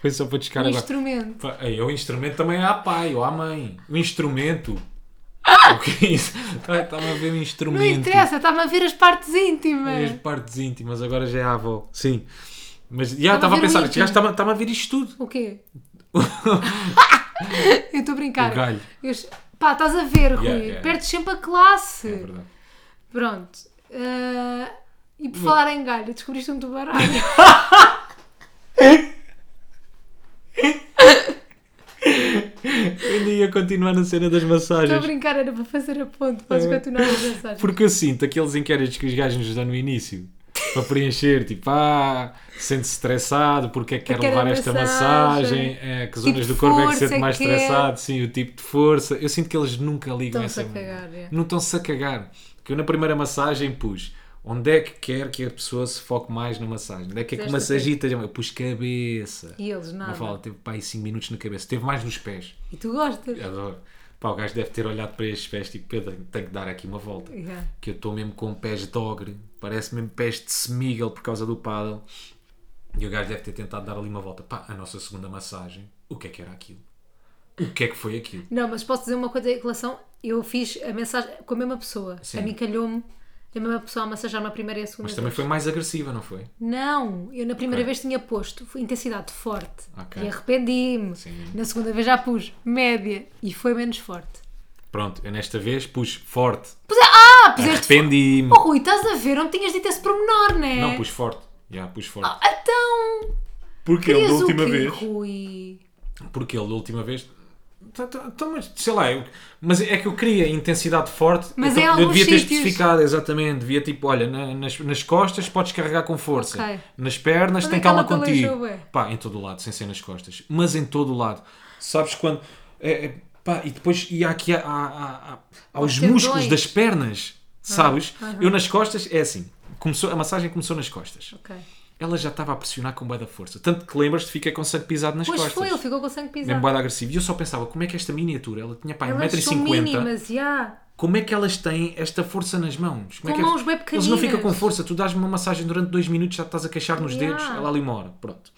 Foi só para descar Um agora. instrumento. Pá, ei, O instrumento também é a pai ou à mãe. O instrumento. O que é isso? Estava a ver o instrumento. Não interessa, está-me a ver as partes As íntimas. partes íntimas, agora já é a avó. Sim. Mas já estava Estava a a ver o pensar, íntimo. este gajo está-me está-me a ver isto tudo. O quê? Eu estou a brincar. O galho. Eu ch- Pá, estás a ver, Rui. yeah, yeah. Perdes sempre a classe. É verdade. Pronto. Ah, e por falar em galho, descobriste um tubarão. Ainda ia continuar na cena das Estou a massagens. brincar, era para fazer a ponte. Podes É. continuar a pensar. Porque eu sinto aqueles inquéritos que os gajos nos dão no início. Para preencher, tipo, ah, sente-se estressado, porque é que quer Porque era levar esta massagem. massagem, é, que Tipo zonas de do corpo é que se força sente mais que é. estressado, sim, o tipo de força. Eu sinto que eles nunca ligam Estão-se essa a cagar, é. Não estão-se a cagar. Porque eu na primeira massagem pus onde é que quer que a pessoa se foque mais na massagem, onde é que é que Fizeste massagita, eu pus cabeça. E eles nada. Não fala, teve pá, 5 minutos na cabeça, teve mais nos pés. E tu gostas. Adoro. Pá, o gajo deve ter olhado para estes pés tipo, Pedro, tenho que dar aqui uma volta. Yeah. Que eu estou mesmo com pés de ogre, parece mesmo pés de semigel por causa do paddle. E o gajo deve ter tentado dar ali uma volta. Pá, a nossa segunda massagem, o que é que era aquilo? O que é que foi aquilo? Não, mas posso dizer uma coisa em relação. Eu fiz a mensagem com a mesma pessoa. Sim. A mim calhou-me a mesma pessoa a massajar na primeira e a segunda Mas também vez. foi mais agressiva, não foi? Não, eu na primeira Ok. vez tinha posto foi intensidade forte Ok. e arrependi-me. Sim. Na segunda vez já pus média e foi menos forte. Pronto, eu nesta vez pus forte. Puse... Ah, puseste. Arrependi-me. Oh, Rui, estás a ver? Não me tinhas dito esse pormenor, né? Não, pus forte. Já, pus forte. Então, Porque ele Ah, querias é da o última quê, vez. Rui? Porque ele da última vez. Tá, tá, tá, mas sei lá, eu- mas é que eu queria intensidade forte. Mas então em eu alguns devia ter sítios. especificado, exatamente. Devia tipo, olha, na- nas, nas costas podes carregar com força, Ok. nas pernas Mas tem é que ela calma não calejou, contigo. ué. Pá, em todo o lado, sem ser nas costas, mas em todo o lado. Sabes quando. é, é, pá, e depois, e há aqui há, há- há- há os tendões. músculos das pernas, Ah, sabes? Eu nas costas, é assim, começou, a massagem começou nas costas. Ok. Ela já estava a pressionar com bué da força. Tanto que lembras-te, fica com sangue pisado nas Pois costas foi, ele ficou com o sangue mesmo pisado. bué de agressivo. E eu só pensava, como é que esta miniatura, ela tinha pá, Elas são 1,50m, mínimas, já. como é que elas têm esta força nas mãos? Como é Com que elas- mãos bué Eles não pequeninas. ficam com força, tu dás-me uma massagem durante dois minutos, já te estás a queixar nos Yeah. dedos, ela ali uma hora, pronto.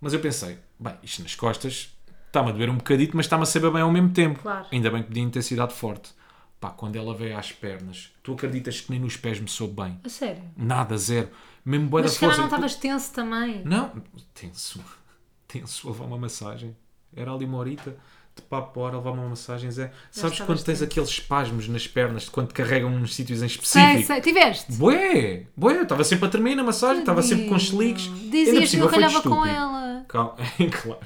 Mas eu pensei, bem, isto nas costas está-me a doer um bocadito, mas está-me a saber bem ao mesmo tempo. Claro. Ainda bem que pedi intensidade forte. Pá, quando ela veio às pernas, tu acreditas que nem nos pés me soube bem? A sério. Nada, zero. Mesmo bué da Mas se calhar força. não estavas tenso também. Não, tenso. Tenso a levar uma massagem. Era ali uma horita de papo hora a levar uma massagem, Zé. Sabes estavas quando tens tenso. aqueles espasmos nas pernas de quando te carregam nos sítios em Sei, específico? sei. Tiveste? Bué, bué, eu estava sempre a tremer na massagem, estava sempre com cheliques. Ainda por Dizias que cima eu foi de ralhava com estúpido. ela. Calma, claro.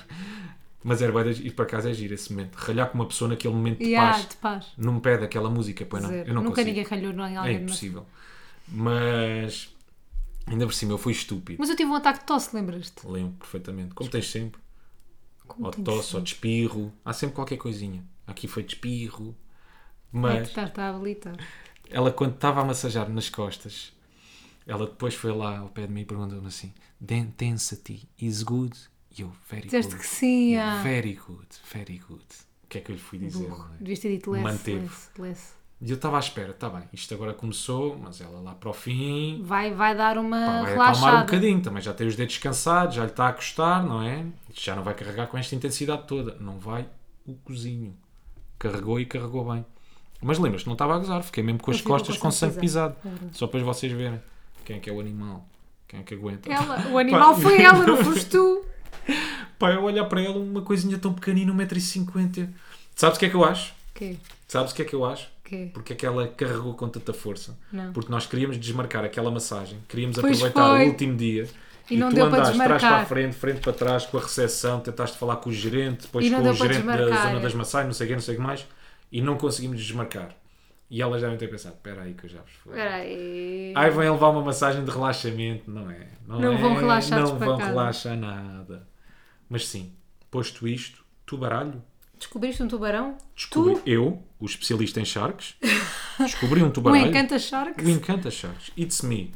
Mas era bué, de- ir para casa é giro esse momento. Ralhar com uma pessoa naquele momento de E ah, paz. de paz. Não me pede aquela música, pois não. Zero. Eu não Nunca consigo. ninguém ralhou não, em É alguém. mas... impossível. Mas, ainda por cima, eu fui estúpido. mas eu tive um ataque de tosse, lembras-te? Lembro perfeitamente. Como tens sempre. Como ou de tenho tosse, ou de espirro. Há sempre qualquer coisinha. Aqui foi de espirro. É que Mas estás a habilitar. ela, quando estava a massajar nas costas, ela depois foi lá ao pé de mim e perguntou-me assim: "Den- Density is good? E eu, very Dizeste good. que sim, Eu, ah. Very good, very good. O que é que eu lhe fui dizer? Burro. não é? Devias ter dito less, Manteve. less, less. E eu estava à espera, está bem, isto agora começou, mas ela lá para o fim. Vai, vai dar uma Pá, vai acalmar um relaxada. bocadinho, também já tem os dedos cansados, já lhe está a custar, não é? Já não vai carregar com esta intensidade toda. Não vai o cozinho. Carregou e carregou bem. Mas lembras-te, não estava a gozar, fiquei mesmo com as ficou costas com sangue pisado. É verdade. Só para vocês verem quem é que é o animal, quem é que aguenta. Ela, o animal Pá. foi ela, não foste tu. Pá, eu olhar para ela, uma coisinha tão pequenina, 1,50m. Sabes o que é que eu acho? Quê? Sabes o que é que eu acho? Quê? Porque é que ela carregou com tanta força? Não. Porque nós queríamos desmarcar aquela massagem, queríamos Pois aproveitar foi. o último dia. E não deu para trás desmarcar. para a frente, frente para trás, com a recepção, tentaste falar com o gerente, depois E não com deu o para gerente da desmarcar. é. zona das massagens, não sei o que, não sei o que mais, e não conseguimos desmarcar. E elas devem ter pensado, espera aí que eu já vos fui. Espera aí. Aí vão levar uma massagem de relaxamento, não é? Não é, vão relaxar Não vão despacado. relaxar nada. Mas sim, posto isto, tu baralho, Descobriste um tubarão? descobri eu, o especialista em sharks, descobri um Tu? O tubarão. Encanta Sharks? O Encanta Sharks. It's Me.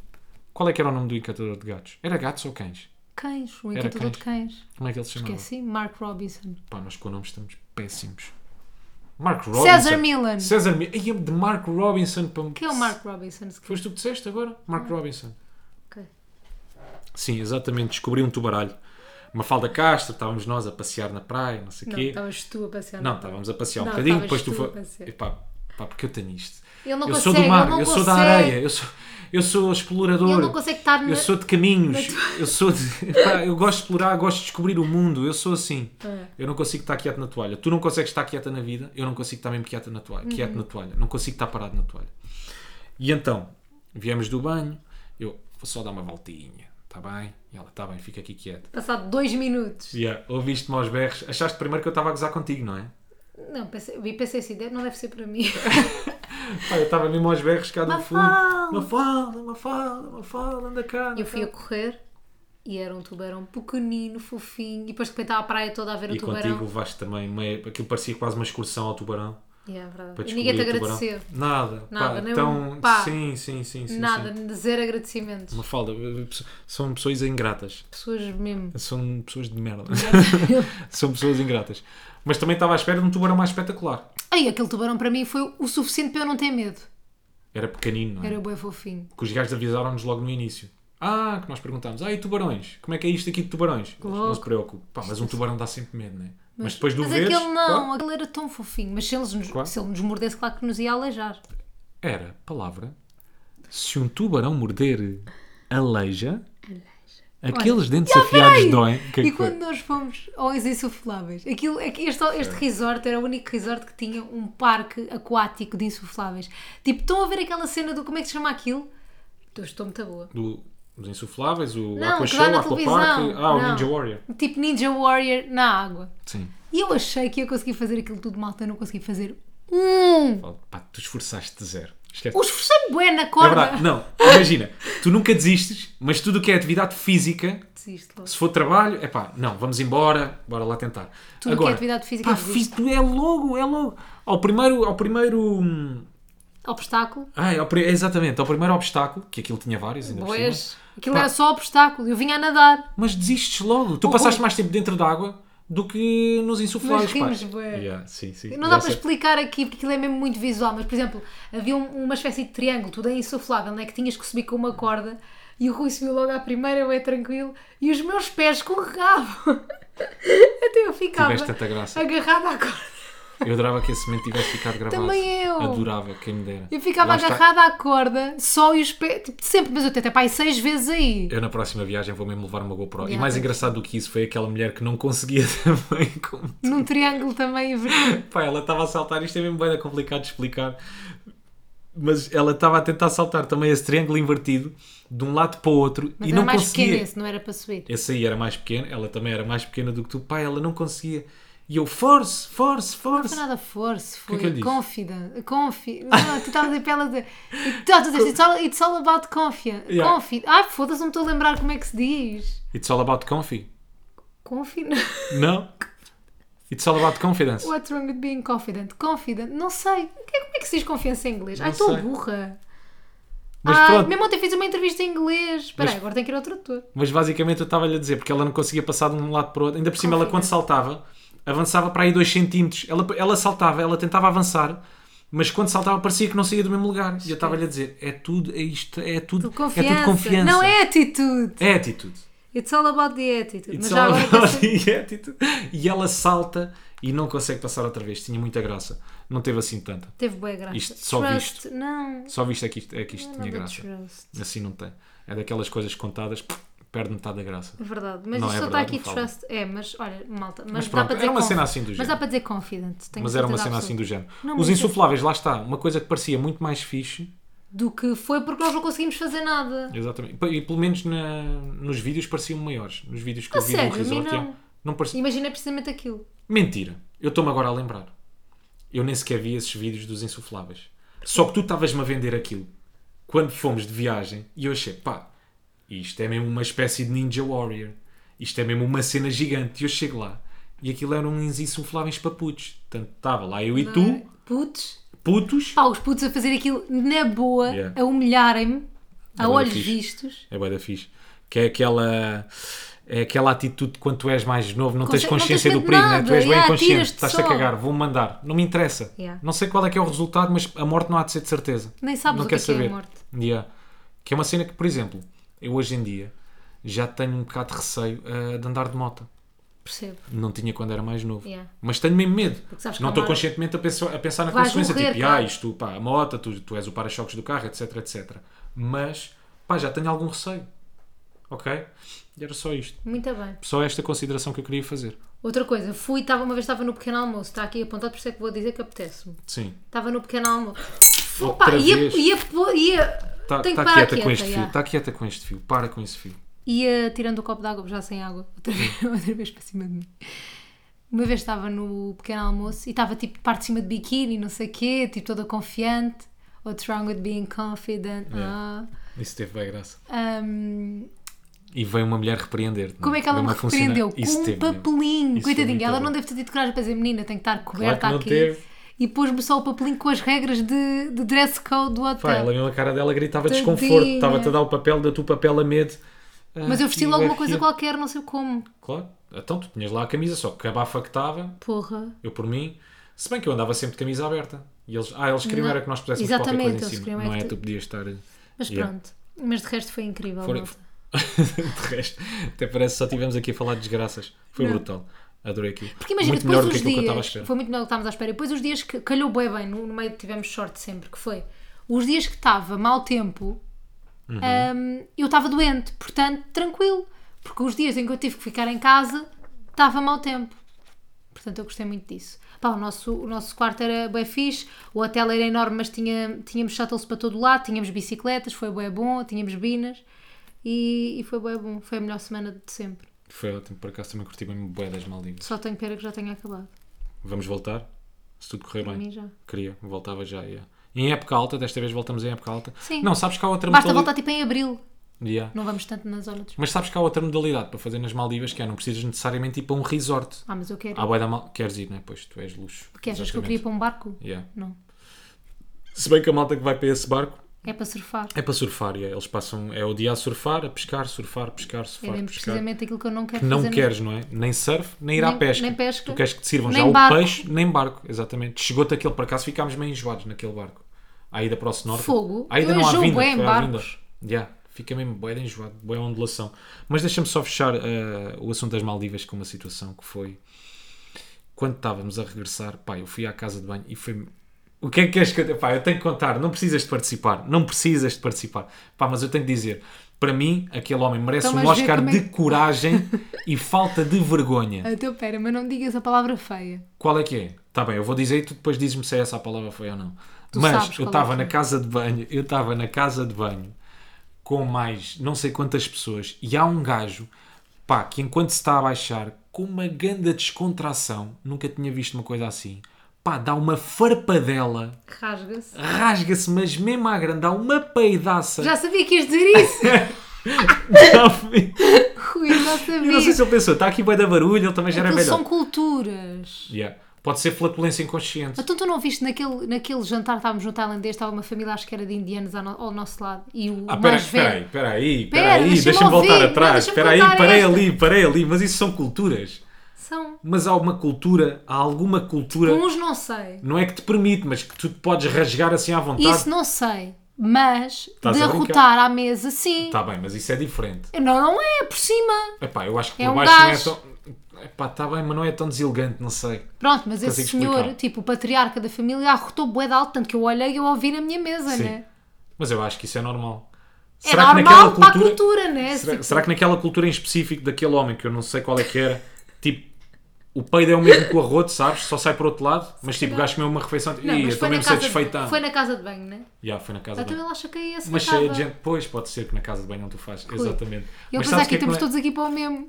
Qual é que era o nome do encantador de gatos? Era gatos ou cães? cães, o Era encantador de cães. Como é que ele se chamava? Esqueci, Mark Robinson. Pá, nós com nomes estamos péssimos. Mark Robinson. César Millan. César Millan. Ai, é de Mark Robinson. Para... Quem é o Mark Robinson? Se Foste tu que disseste agora? Mark Robinson. Ok. Sim, exatamente. Descobri um tubaralho. Uma falda castro, estávamos nós a passear na praia, não sei o Não, quê. estavas tu a passear. Não, na praia. estávamos a passear um Não, bocadinho, depois estavas tu, tu a fa- passear. Epá, pá, porque eu tenho isto. Ele não eu consegue, sou do mar, ele não eu sou consegue. da areia, eu sou, eu sou explorador. Ele não consegue estar na... Eu sou de caminhos, eu sou de. Pá, eu gosto de explorar, gosto de descobrir o mundo, eu sou assim. É. Eu não consigo estar quieto na toalha. Tu não consegues estar quieta na vida, eu não consigo estar mesmo quieto na toalha. Quieto Uhum. na toalha. Não consigo estar parado na toalha. E então, viemos do banho, eu vou só dar uma voltinha, está bem? E ela, está bem, fica aqui quieta. Passado dois minutos. Yeah, ouviste-me aos berros, achaste primeiro que eu estava a gozar contigo, não é? Não, pensei, eu pensei assim, deve- não deve ser para mim. Pá, eu estava mesmo aos berros cá do fundo. Mafalda! Mafalda, Mafalda, Mafalda, anda cá. anda eu fui cá. a correr e era um tubarão pequenino, fofinho. E depois de repente estava a praia toda a ver E o tubarão. contigo levaste também, meio, aquilo parecia quase uma excursão ao tubarão. Yeah, é verdade. para E ninguém te descobrir o tubarão. agradeceu. Nada, Nada, pá, nem então, um pá. Sim, sim, sim, sim. Nada, sim. zero agradecimentos. Uma falda, eh, são pessoas ingratas. Pessoas mesmo. São pessoas de merda. são pessoas ingratas. Mas também estava à espera de um tubarão mais espetacular. Ai, aquele tubarão para mim foi o suficiente para eu não ter medo. Era pequenino, não é? Era bem fofinho. Que os gajos avisaram-nos logo no início. Ah, que nós perguntámos, ah, e tubarões? Como é que é isto aqui de tubarões? Eles, Não Louco. se preocupe. Pá, mas um tubarão dá sempre medo, não é? Mas, depois do Mas vez. aquele não, aquele era tão fofinho. Mas se, eles nos, Claro. se ele nos mordesse, claro que nos ia aleijar. Era, palavra, se um tubarão morder aleija, aqueles dentes afiados peraí! doem. Que é e que foi? quando nós fomos aos insufláveis, aquilo, é que este, este resort era o único resort que tinha um parque aquático de insufláveis. Tipo, estão a ver aquela cena do como é que se chama aquilo? Eu estou muito boa. Do- dos insufláveis, o Não, Aqua que Show, vai na Aquapark, televisão. ah, o Não. Ninja Warrior. Tipo Ninja Warrior na água. Sim. E eu achei que ia conseguir fazer aquilo tudo malta, eu não consegui fazer um. Pá, tu esforçaste de zero. Esquece. Os forcei bué na É corda. verdade, não, imagina, tu nunca desistes, mas tudo o que é atividade física, Desisto logo. se for trabalho, é pá, não, vamos embora, bora lá tentar. Tudo o que é atividade física pá, desiste. fiz- é logo, é logo. Ao primeiro, ao primeiro, hum, Obstáculo. ai, ao Ah, é pri- exatamente, ao primeiro obstáculo, que aquilo tinha vários ainda por cima. Boas. Aquilo Pá. era só obstáculo. Eu vinha a nadar. mas desistes logo. Tu Oh, passaste oh. mais tempo dentro da água do que nos insufláveis, Mas rimos pá. bué. Yeah, sim, sim. Não Já dá para sei. explicar aqui porque aquilo é mesmo muito visual, mas por exemplo, havia um- uma espécie de triângulo, tudo é insuflável, não é? Que tinhas que subir com uma corda e o Rui subiu logo à primeira, bem tranquilo, e os meus pés escorregavam. Até eu ficava Tiveste tanta graça. agarrada à corda. Eu adorava que esse momento tivesse ficado gravado. Também eu. Adorava, quem me dera. Eu ficava Lá está. agarrada à corda, só e os pés, tipo, sempre, mas eu tentei para aí seis vezes aí. Eu na próxima viagem vou mesmo levar uma GoPro. e Yeah, mais pois. engraçado do que isso foi aquela mulher que não conseguia também. com- Num triângulo também. Pá, ela estava a saltar. Isto é mesmo bem complicado de explicar. Mas ela estava a tentar saltar também esse triângulo invertido de um lado para o outro Mas e era não mais conseguia. pequeno esse, não era para subir. Esse aí era mais pequeno, ela também era mais pequena do que tu. Pá, ela não conseguia. E eu, force, force, Não force. foi nada força, foi que eu lhe disse? confident. Confi... Não, tu estavas a dizer para ela dizer. e tu- ah, tu disseste, It's all, it's all about confian. Yeah. Confi... Ai, foda-se, não me estou a lembrar como é que se diz. It's all about comfy. Confident. Não? It's all about confidence. What's wrong with being confident? Confident. Não sei. O que é- Como é que se diz confiança em inglês? Ai, Não estou sei. burra. Mas Ai, pronto. mesmo ontem fiz uma entrevista em inglês. Espera Mas- aí, É agora tenho que ir ao tradutor. Mas basicamente eu estava-lhe a dizer, porque ela não conseguia passar de um lado para o outro. Ainda por cima, ela quando saltava, avançava para aí 2 centímetros. Ela, ela saltava, ela tentava avançar, mas quando saltava parecia que não saía do mesmo lugar. E eu estava-lhe a dizer, é tudo, é isto, é tudo, é Confiança. tudo confiança. Não é atitude. É atitude. It's all about the attitude. It's Mas all já agora about quero saber- the attitude. E ela salta e não consegue passar outra vez. Tinha muita graça. Não teve assim tanta. Teve boa graça. Isto só trust. Não. Só visto é que isto, é que isto não é tinha nada graça. Trust. Assim não tem. É daquelas coisas contadas, perde metade da graça. É Verdade, mas Não isto é só está verdade, aqui não fala. trust. É, mas olha, malta, mas, Mas dá pronto, para dizer era uma conf- cena assim do Mas género. dá para dizer confident. tenho Mas era uma certeza cena assim do absoluta. género. Não, Os mas isso é- insufláveis, lá está, uma coisa que parecia muito mais fixe. Do que foi porque nós não conseguimos fazer nada. Exatamente. E, e pelo menos na- nos vídeos pareciam maiores. Nos vídeos que A eu vi no sério? A mim resort. não. é, não parecia... Imagina precisamente aquilo. Mentira. Eu estou-me agora a lembrar. Eu nem sequer vi esses vídeos dos insufláveis. Só que tu estavas-me a vender aquilo quando fomos de viagem e eu achei, pá, isto é mesmo uma espécie de Ninja Warrior. Isto é mesmo uma cena gigante. E eu chego lá e aquilo eram uns insufláveis paputos. Portanto, estava lá eu e é? tu, Putos, putos. pá, os putos a fazer aquilo na boa, Yeah. a humilharem-me, a Agora olhos fixe. vistos. É bué da fixe. Que é aquela. é aquela atitude de quando tu és mais novo, não Consci- tens não tens consciência medo do de perigo, né? nada, tu és bem yeah, consciente, tiras-te estás-te a só. cagar, vou-me mandar, não me interessa. Yeah. Não sei qual é que é o resultado, mas a morte não há de ser de certeza. Nem sabes não o que é quero que é a saber. morte. Yeah. Que é uma cena que, por exemplo, eu hoje em dia já tenho um bocado de receio eh, de andar de moto. Percebo. Não tinha quando era mais novo. Yeah. Mas tenho mesmo medo. sabes que Não a estou moto- conscientemente a pensar, a pensar na Vais consequência. morrer, tipo, claro. ah, isto, pá, a moto, tu, tu és o para-choques do carro, etc, etc. Mas, pá, já tenho algum receio. Ok? E era só isto. Muito bem. Só esta consideração que eu queria fazer. Outra coisa, fui, estava uma vez estava no pequeno almoço, está aqui apontado, por isso é que vou dizer que apetece-me. Sim. Estava no pequeno almoço. Opa, Oh, Outra ia, vez. ia, pô- ia, Está tenho que tá parar quieta com este fio. já. Está quieta com este fio. Para com esse fio. Ia eh, tirando o copo de água, já sem água, outra vez, outra vez para cima de mim. Uma vez estava no pequeno almoço e estava tipo de parte de cima de biquíni, não sei o quê, tipo toda confiante. What's wrong with being confident? Yeah. Hum, Ah. Isso teve bem graça. Ahm, E veio uma mulher repreender-te. como é que ela me repreendeu? Com um papelinho. Isso teve Coitadinha, muito ela bem. não deve ter tido coragem para dizer, menina, tenho que estar coberta não aqui. teve. E pôs-me só o papelinho com as regras de, de dress code do hotel. Pá, ela é viu a cara dela gritava de Tadinha. desconforto. Estava-te a dar o papel, deu-te o papel a medo. Mas eu vesti Ah, logo e uma o coisa F- qualquer, não sei como. Claro. Então tu tinhas lá a camisa, só que a bafa que estava, Porra. eu por mim, se bem que eu andava sempre de camisa aberta. E eles, ah, eles queriam Não. era que nós pudéssemos Exatamente, qualquer coisa eles em cima. queriam Não é? é que tu- Tu podias estar. Mas Yeah. pronto. Mas de resto foi incrível. Fora- malta. de resto, até parece que só estivemos aqui a falar de desgraças. Foi brutal. Adorei aquilo. Porque imagina, Muito melhor depois do que os aquilo que eu estava a dias. esperar. Foi muito melhor do que estávamos à espera. E depois os dias que calhou bem bem, no, no meio tivemos sorte sempre, que foi. Os dias que estava mau tempo, Uhum. hum, eu estava doente, portanto, tranquilo. Porque os dias em que eu tive que ficar em casa, estava mau tempo. Portanto, eu gostei muito disso. Pá, o nosso, o nosso quarto era bem fixe, o hotel era enorme, mas tinha, tínhamos shuttles para todo lado, tínhamos bicicletas, foi bem bom, tínhamos binas e, e foi bem bom. Foi a melhor semana de sempre. Foi ótimo, por acaso também curti bem bué das Maldivas. Só tenho pena que já tenha acabado. Então, Vamos voltar? Se tudo correr Para mim bem. já. Queria, voltava já. yeah. Em época alta, desta vez voltamos em época alta. Sim. Não, sabes que há outra Basta modali- voltar tipo em abril. Yeah. Não vamos tanto na zona dos. Mas sabes que há outra modalidade para fazer nas Maldivas que é, não precisas necessariamente ir para um resort. Ah, mas eu quero. Há bué da mal... Queres ir, não é? Pois, tu és luxo. Porque achas que eu queria ir Exatamente. para um barco? Yeah. Não. Se bem que a malta que vai para esse barco É para surfar. é para surfar, yeah. eles passam, é o dia a surfar, a pescar, surfar, pescar, É surfar, bem pescar. precisamente aquilo que eu não quero Não fazer. queres, não é? Nem surf, nem ir à Nem- pesca. nem pesca. Tu queres que te sirvam Nem já barco. o peixe, nem barco, exatamente. Chegou-te aquele, por acaso ficámos meio enjoados naquele barco. À ida para o Senorca. Fogo. À ida Eu não há enjoo vinda, bué em foi à vinda. barcos. Yeah. Fica mesmo bué de enjoado, bué de ondulação. Mas deixa-me só fechar eh, o assunto das Maldivas com uma situação que foi... Quando estávamos a regressar, pá, eu fui à casa de banho e foi... O que é que queres que eu... Pá, eu tenho que contar, não precisas de participar, não precisas de participar. Pá, mas eu tenho de dizer, para mim, aquele homem merece Então um vais ver Oscar como é de que- coragem e falta de vergonha. Então, pera, mas não digas a palavra feia. Qual é que é? Tá bem, eu vou dizer e tu depois dizes-me se essa a palavra foi ou não. sabes Mas eu qual é estava que na é. casa de banho, eu estava na casa de banho com mais não sei quantas pessoas e há um gajo, pá, que enquanto se está a baixar, com uma ganda descontração, nunca tinha visto uma coisa assim, pá, dá uma farpadela, Rasga-se. rasga-se, mas mesmo à grande, dá uma peidaça. Já sabia que ias dizer isso! eu Rui, já sabia. não sei se ele pensou, está aqui bem da barulho, ele também já era Aquilo velho. são culturas. Yeah. Pode ser flatulência inconsciente. Então tu não viste naquele, naquele jantar que estávamos no tailandês, estava uma família acho que era de indianos ao, no- ao nosso lado e o Ah, mais pera, velho. peraí, peraí, Pera, peraí, deixa-me deixa-me voltar ouvir. Não, atrás, deixa-me peraí, contar parei esta. ali, parei ali, mas isso são culturas. São. Mas há uma cultura, há alguma cultura, Uns não sei. não é que te permite, mas que tu te podes rasgar assim à vontade. Isso não sei. Mas a brincar? derrotar à mesa, sim. Tá bem, mas isso é diferente. Não, não é, por cima. Epá, eu acho que É por um baixo não é gajo. tão... Epá, tá bem, mas não é tão deselegante, não sei. Pronto, mas esse Consigo senhor, explicar. tipo, o patriarca da família, arrotou bué de alto, tanto que eu olhei e eu ouvi na minha mesa, Sim. né? Mas eu acho que isso é normal. É normal para a cultura, né? Será, Tipo, será que naquela cultura em específico daquele homem, que eu não sei qual é que era, tipo, o peido é o mesmo que o arroto, sabes? Só sai para outro lado, mas tipo, o gajo comeu uma refeição Não, e mas estou foi, na mesmo casa satisfeitão. de, foi na casa de banho, né? Já, foi na casa de Então banho. ele acha que é esse Tá Mas que cheia estava. de gente, pois, pode ser que na casa de banho não tu faz, exatamente. E eu mas pensava sabes aqui, que é que não estamos é? todos aqui para o mesmo.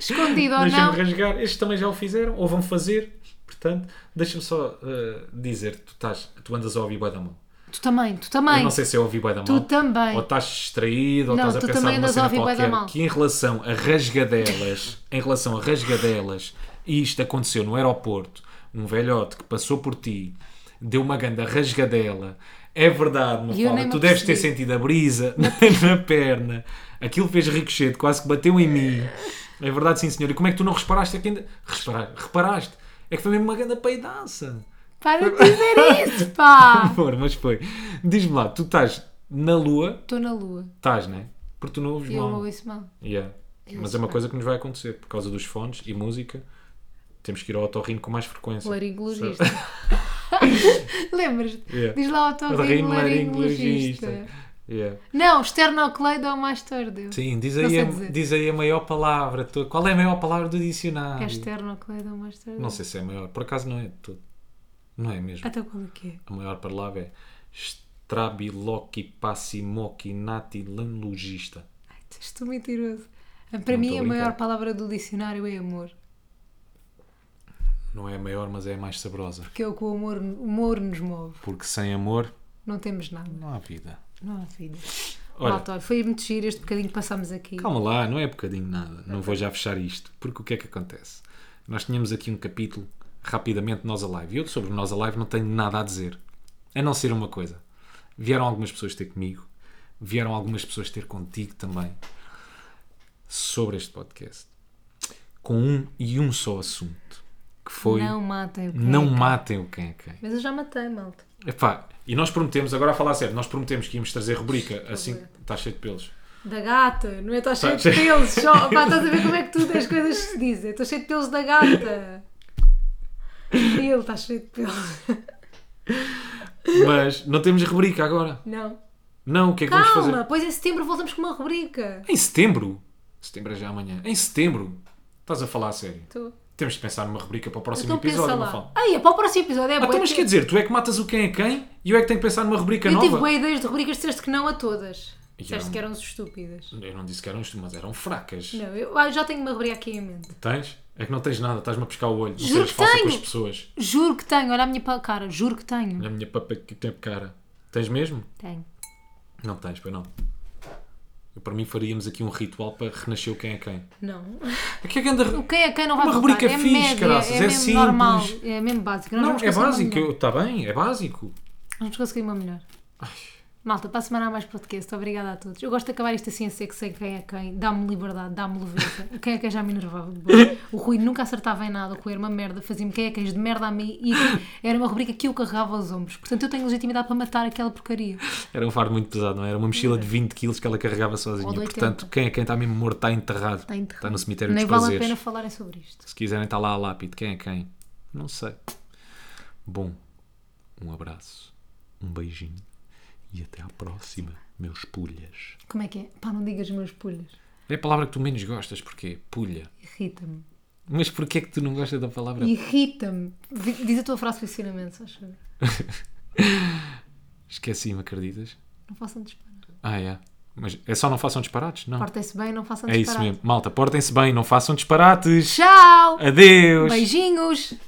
Escondido ou Deixa-me não. rasgar, estes também já o fizeram, ou vão fazer, portanto, deixa-me só eh, dizer, tu, estás, tu andas a ouvir bué da mão. Tu também, tu Eu também. não sei se eu ouvi bué da mal. Tu também. Ou estás distraído, ou Não, estás a tu pensar também numa andas a cena ouvir bué da qualquer. mal. Que em relação a rasgadelas, em relação a rasgadelas, e isto aconteceu no aeroporto, um velhote que passou por ti, deu uma ganda rasgadela, É verdade, E eu Mafalda. nem me Tu deves ter apercebi. sentido a brisa na, na perna. Aquilo fez ricochete, quase que bateu em mim. É verdade, sim, senhor. E como é que tu não reparaste? É que ainda... Repara- Reparaste? É que foi mesmo uma grande peidaça. Para de dizer isso, pá! Amor, mas foi. Diz-me lá, tu estás na lua? Estou na lua. Estás, né? Porque tu não ouves E eu mal. ouço isso mal. Yeah. Eu Mas é uma espero. coisa que nos vai acontecer por causa dos fones e música. Temos que ir ao otorrino com mais frequência. Laringologista. Lembras-te? Yeah. Diz lá o teu Otorrino, amigo laringologista. Yeah. Não, esternocleido ou mais tarde. Sim, diz Não aí, sei a, dizer. diz aí a maior palavra. tua. Qual é a maior palavra do É dicionário? esternocleido ou mais tarde. Não sei se é a maior. Por acaso não é de tudo. Não é mesmo. Até qual é que é? A maior palavra é Strabiloquipacimoquinatilanlogista. Ai, tu és tão é mentiroso. Para Não mim, tô a a maior brincar. palavra do dicionário é amor. Não é a maior, mas é a mais saborosa. Que é o que o amor, o amor nos move. Porque sem amor Não temos nada. não há vida. Não há vida. Olha. Malta, olha, foi muito giro este bocadinho que passámos aqui. Calma lá, não é bocadinho nada. Não vou já fechar isto. Porque o que é que acontece? Nós tínhamos aqui um capítulo, rapidamente, Nós Alive. E eu sobre o Nós Alive não tenho nada a dizer. A não ser uma coisa. Vieram algumas pessoas ter comigo. Vieram algumas pessoas ter contigo também. Sobre este podcast. Com um e um só assunto. Que foi... Não, Não matem o que é. matem o quem é quem. Mas eu já matei, malta. Epá, e nós prometemos, agora a falar sério, nós prometemos que íamos trazer rubrica assim... Está cheio de pelos. Da gata, não é? Estás cheio de cheio- pelos. Só, pá, estás a ver como é que tudo as coisas se dizem. Estou cheio de pelos da gata. E ele está cheio de pelos. Mas não temos rubrica agora. Não. Não, o que é que vamos fazer? Calma, pois em setembro voltamos com uma rubrica. Em setembro? Setembro é já amanhã. Em setembro? Estás a falar a sério? Estou. Temos de pensar numa rubrica para o próximo Então pensa episódio, não lá. falo. Aí, é para o próximo episódio. É Ah, bué então, mas tempo. quer dizer, tu é que matas o quem é quem e eu é que tenho que pensar numa rubrica Eu nova? tive boas ideias de rubricas, disseste que não a todas. Disseste que eram estúpidas. Eu não disse que eram estúpidas, mas eram fracas. Não, eu ah, já tenho uma rubrica aqui em mente. Tens? É que não tens nada, estás-me a pescar o olho. Não Juro sejas que falsa com as tenho. pessoas. Juro que tenho, olha a minha pa- cara, juro que tenho. Na minha papa que tem cara. Tens mesmo? Tenho. Não tens, pois não. Eu, para mim faríamos aqui um ritual para renascer o quem é quem. Não. O que é que anda... O quem é quem não vai Uma votar? rubrica é fixe, média, caraças, é, é mesmo simples. normal, é mesmo básico. Nós Não, vamos é conseguir uma básico. melhor. eu- Está bem, é básico. Vamos conseguir uma melhor. Malta, para a semana há mais podcast. Obrigada a todos. Eu gosto de acabar isto assim a ser que sei quem é quem. Dá-me liberdade, dá-me leveza. O quem é quem já me enervava. Boa. O Rui nunca acertava em nada. O Rui era uma merda. Fazia-me quem é quem de merda a mim. E aqui era uma rubrica que eu carregava aos ombros. Portanto, eu tenho legitimidade para matar aquela porcaria. Era um fardo muito pesado, não é? Era uma mochila de 20 quilos que ela carregava sozinha. Ou de 80. Portanto, quem é quem está mesmo morto está enterrado. Está, enterrado. no cemitério Nem dos vale a prazeres. pena falarem sobre isto. Se quiserem está lá a lápide. Quem é quem? Não sei. Bom, um abraço, um beijinho e até à próxima, meus pulhas. Como é que é? Pá, não digas meus pulhas. É a palavra que tu menos gostas, porquê? Pulha. Irrita-me. Mas porquê é que tu não gostas da palavra? Irrita-me. Di- Diz a tua frase de funcionamento, só chega. Esqueci-me, acreditas? Não façam disparar. Ah, é. Mas é só não façam disparates? Não. Portem-se bem, não façam É disparar. isso mesmo. Malta, portem-se bem, não façam disparates. Tchau! Adeus. Beijinhos!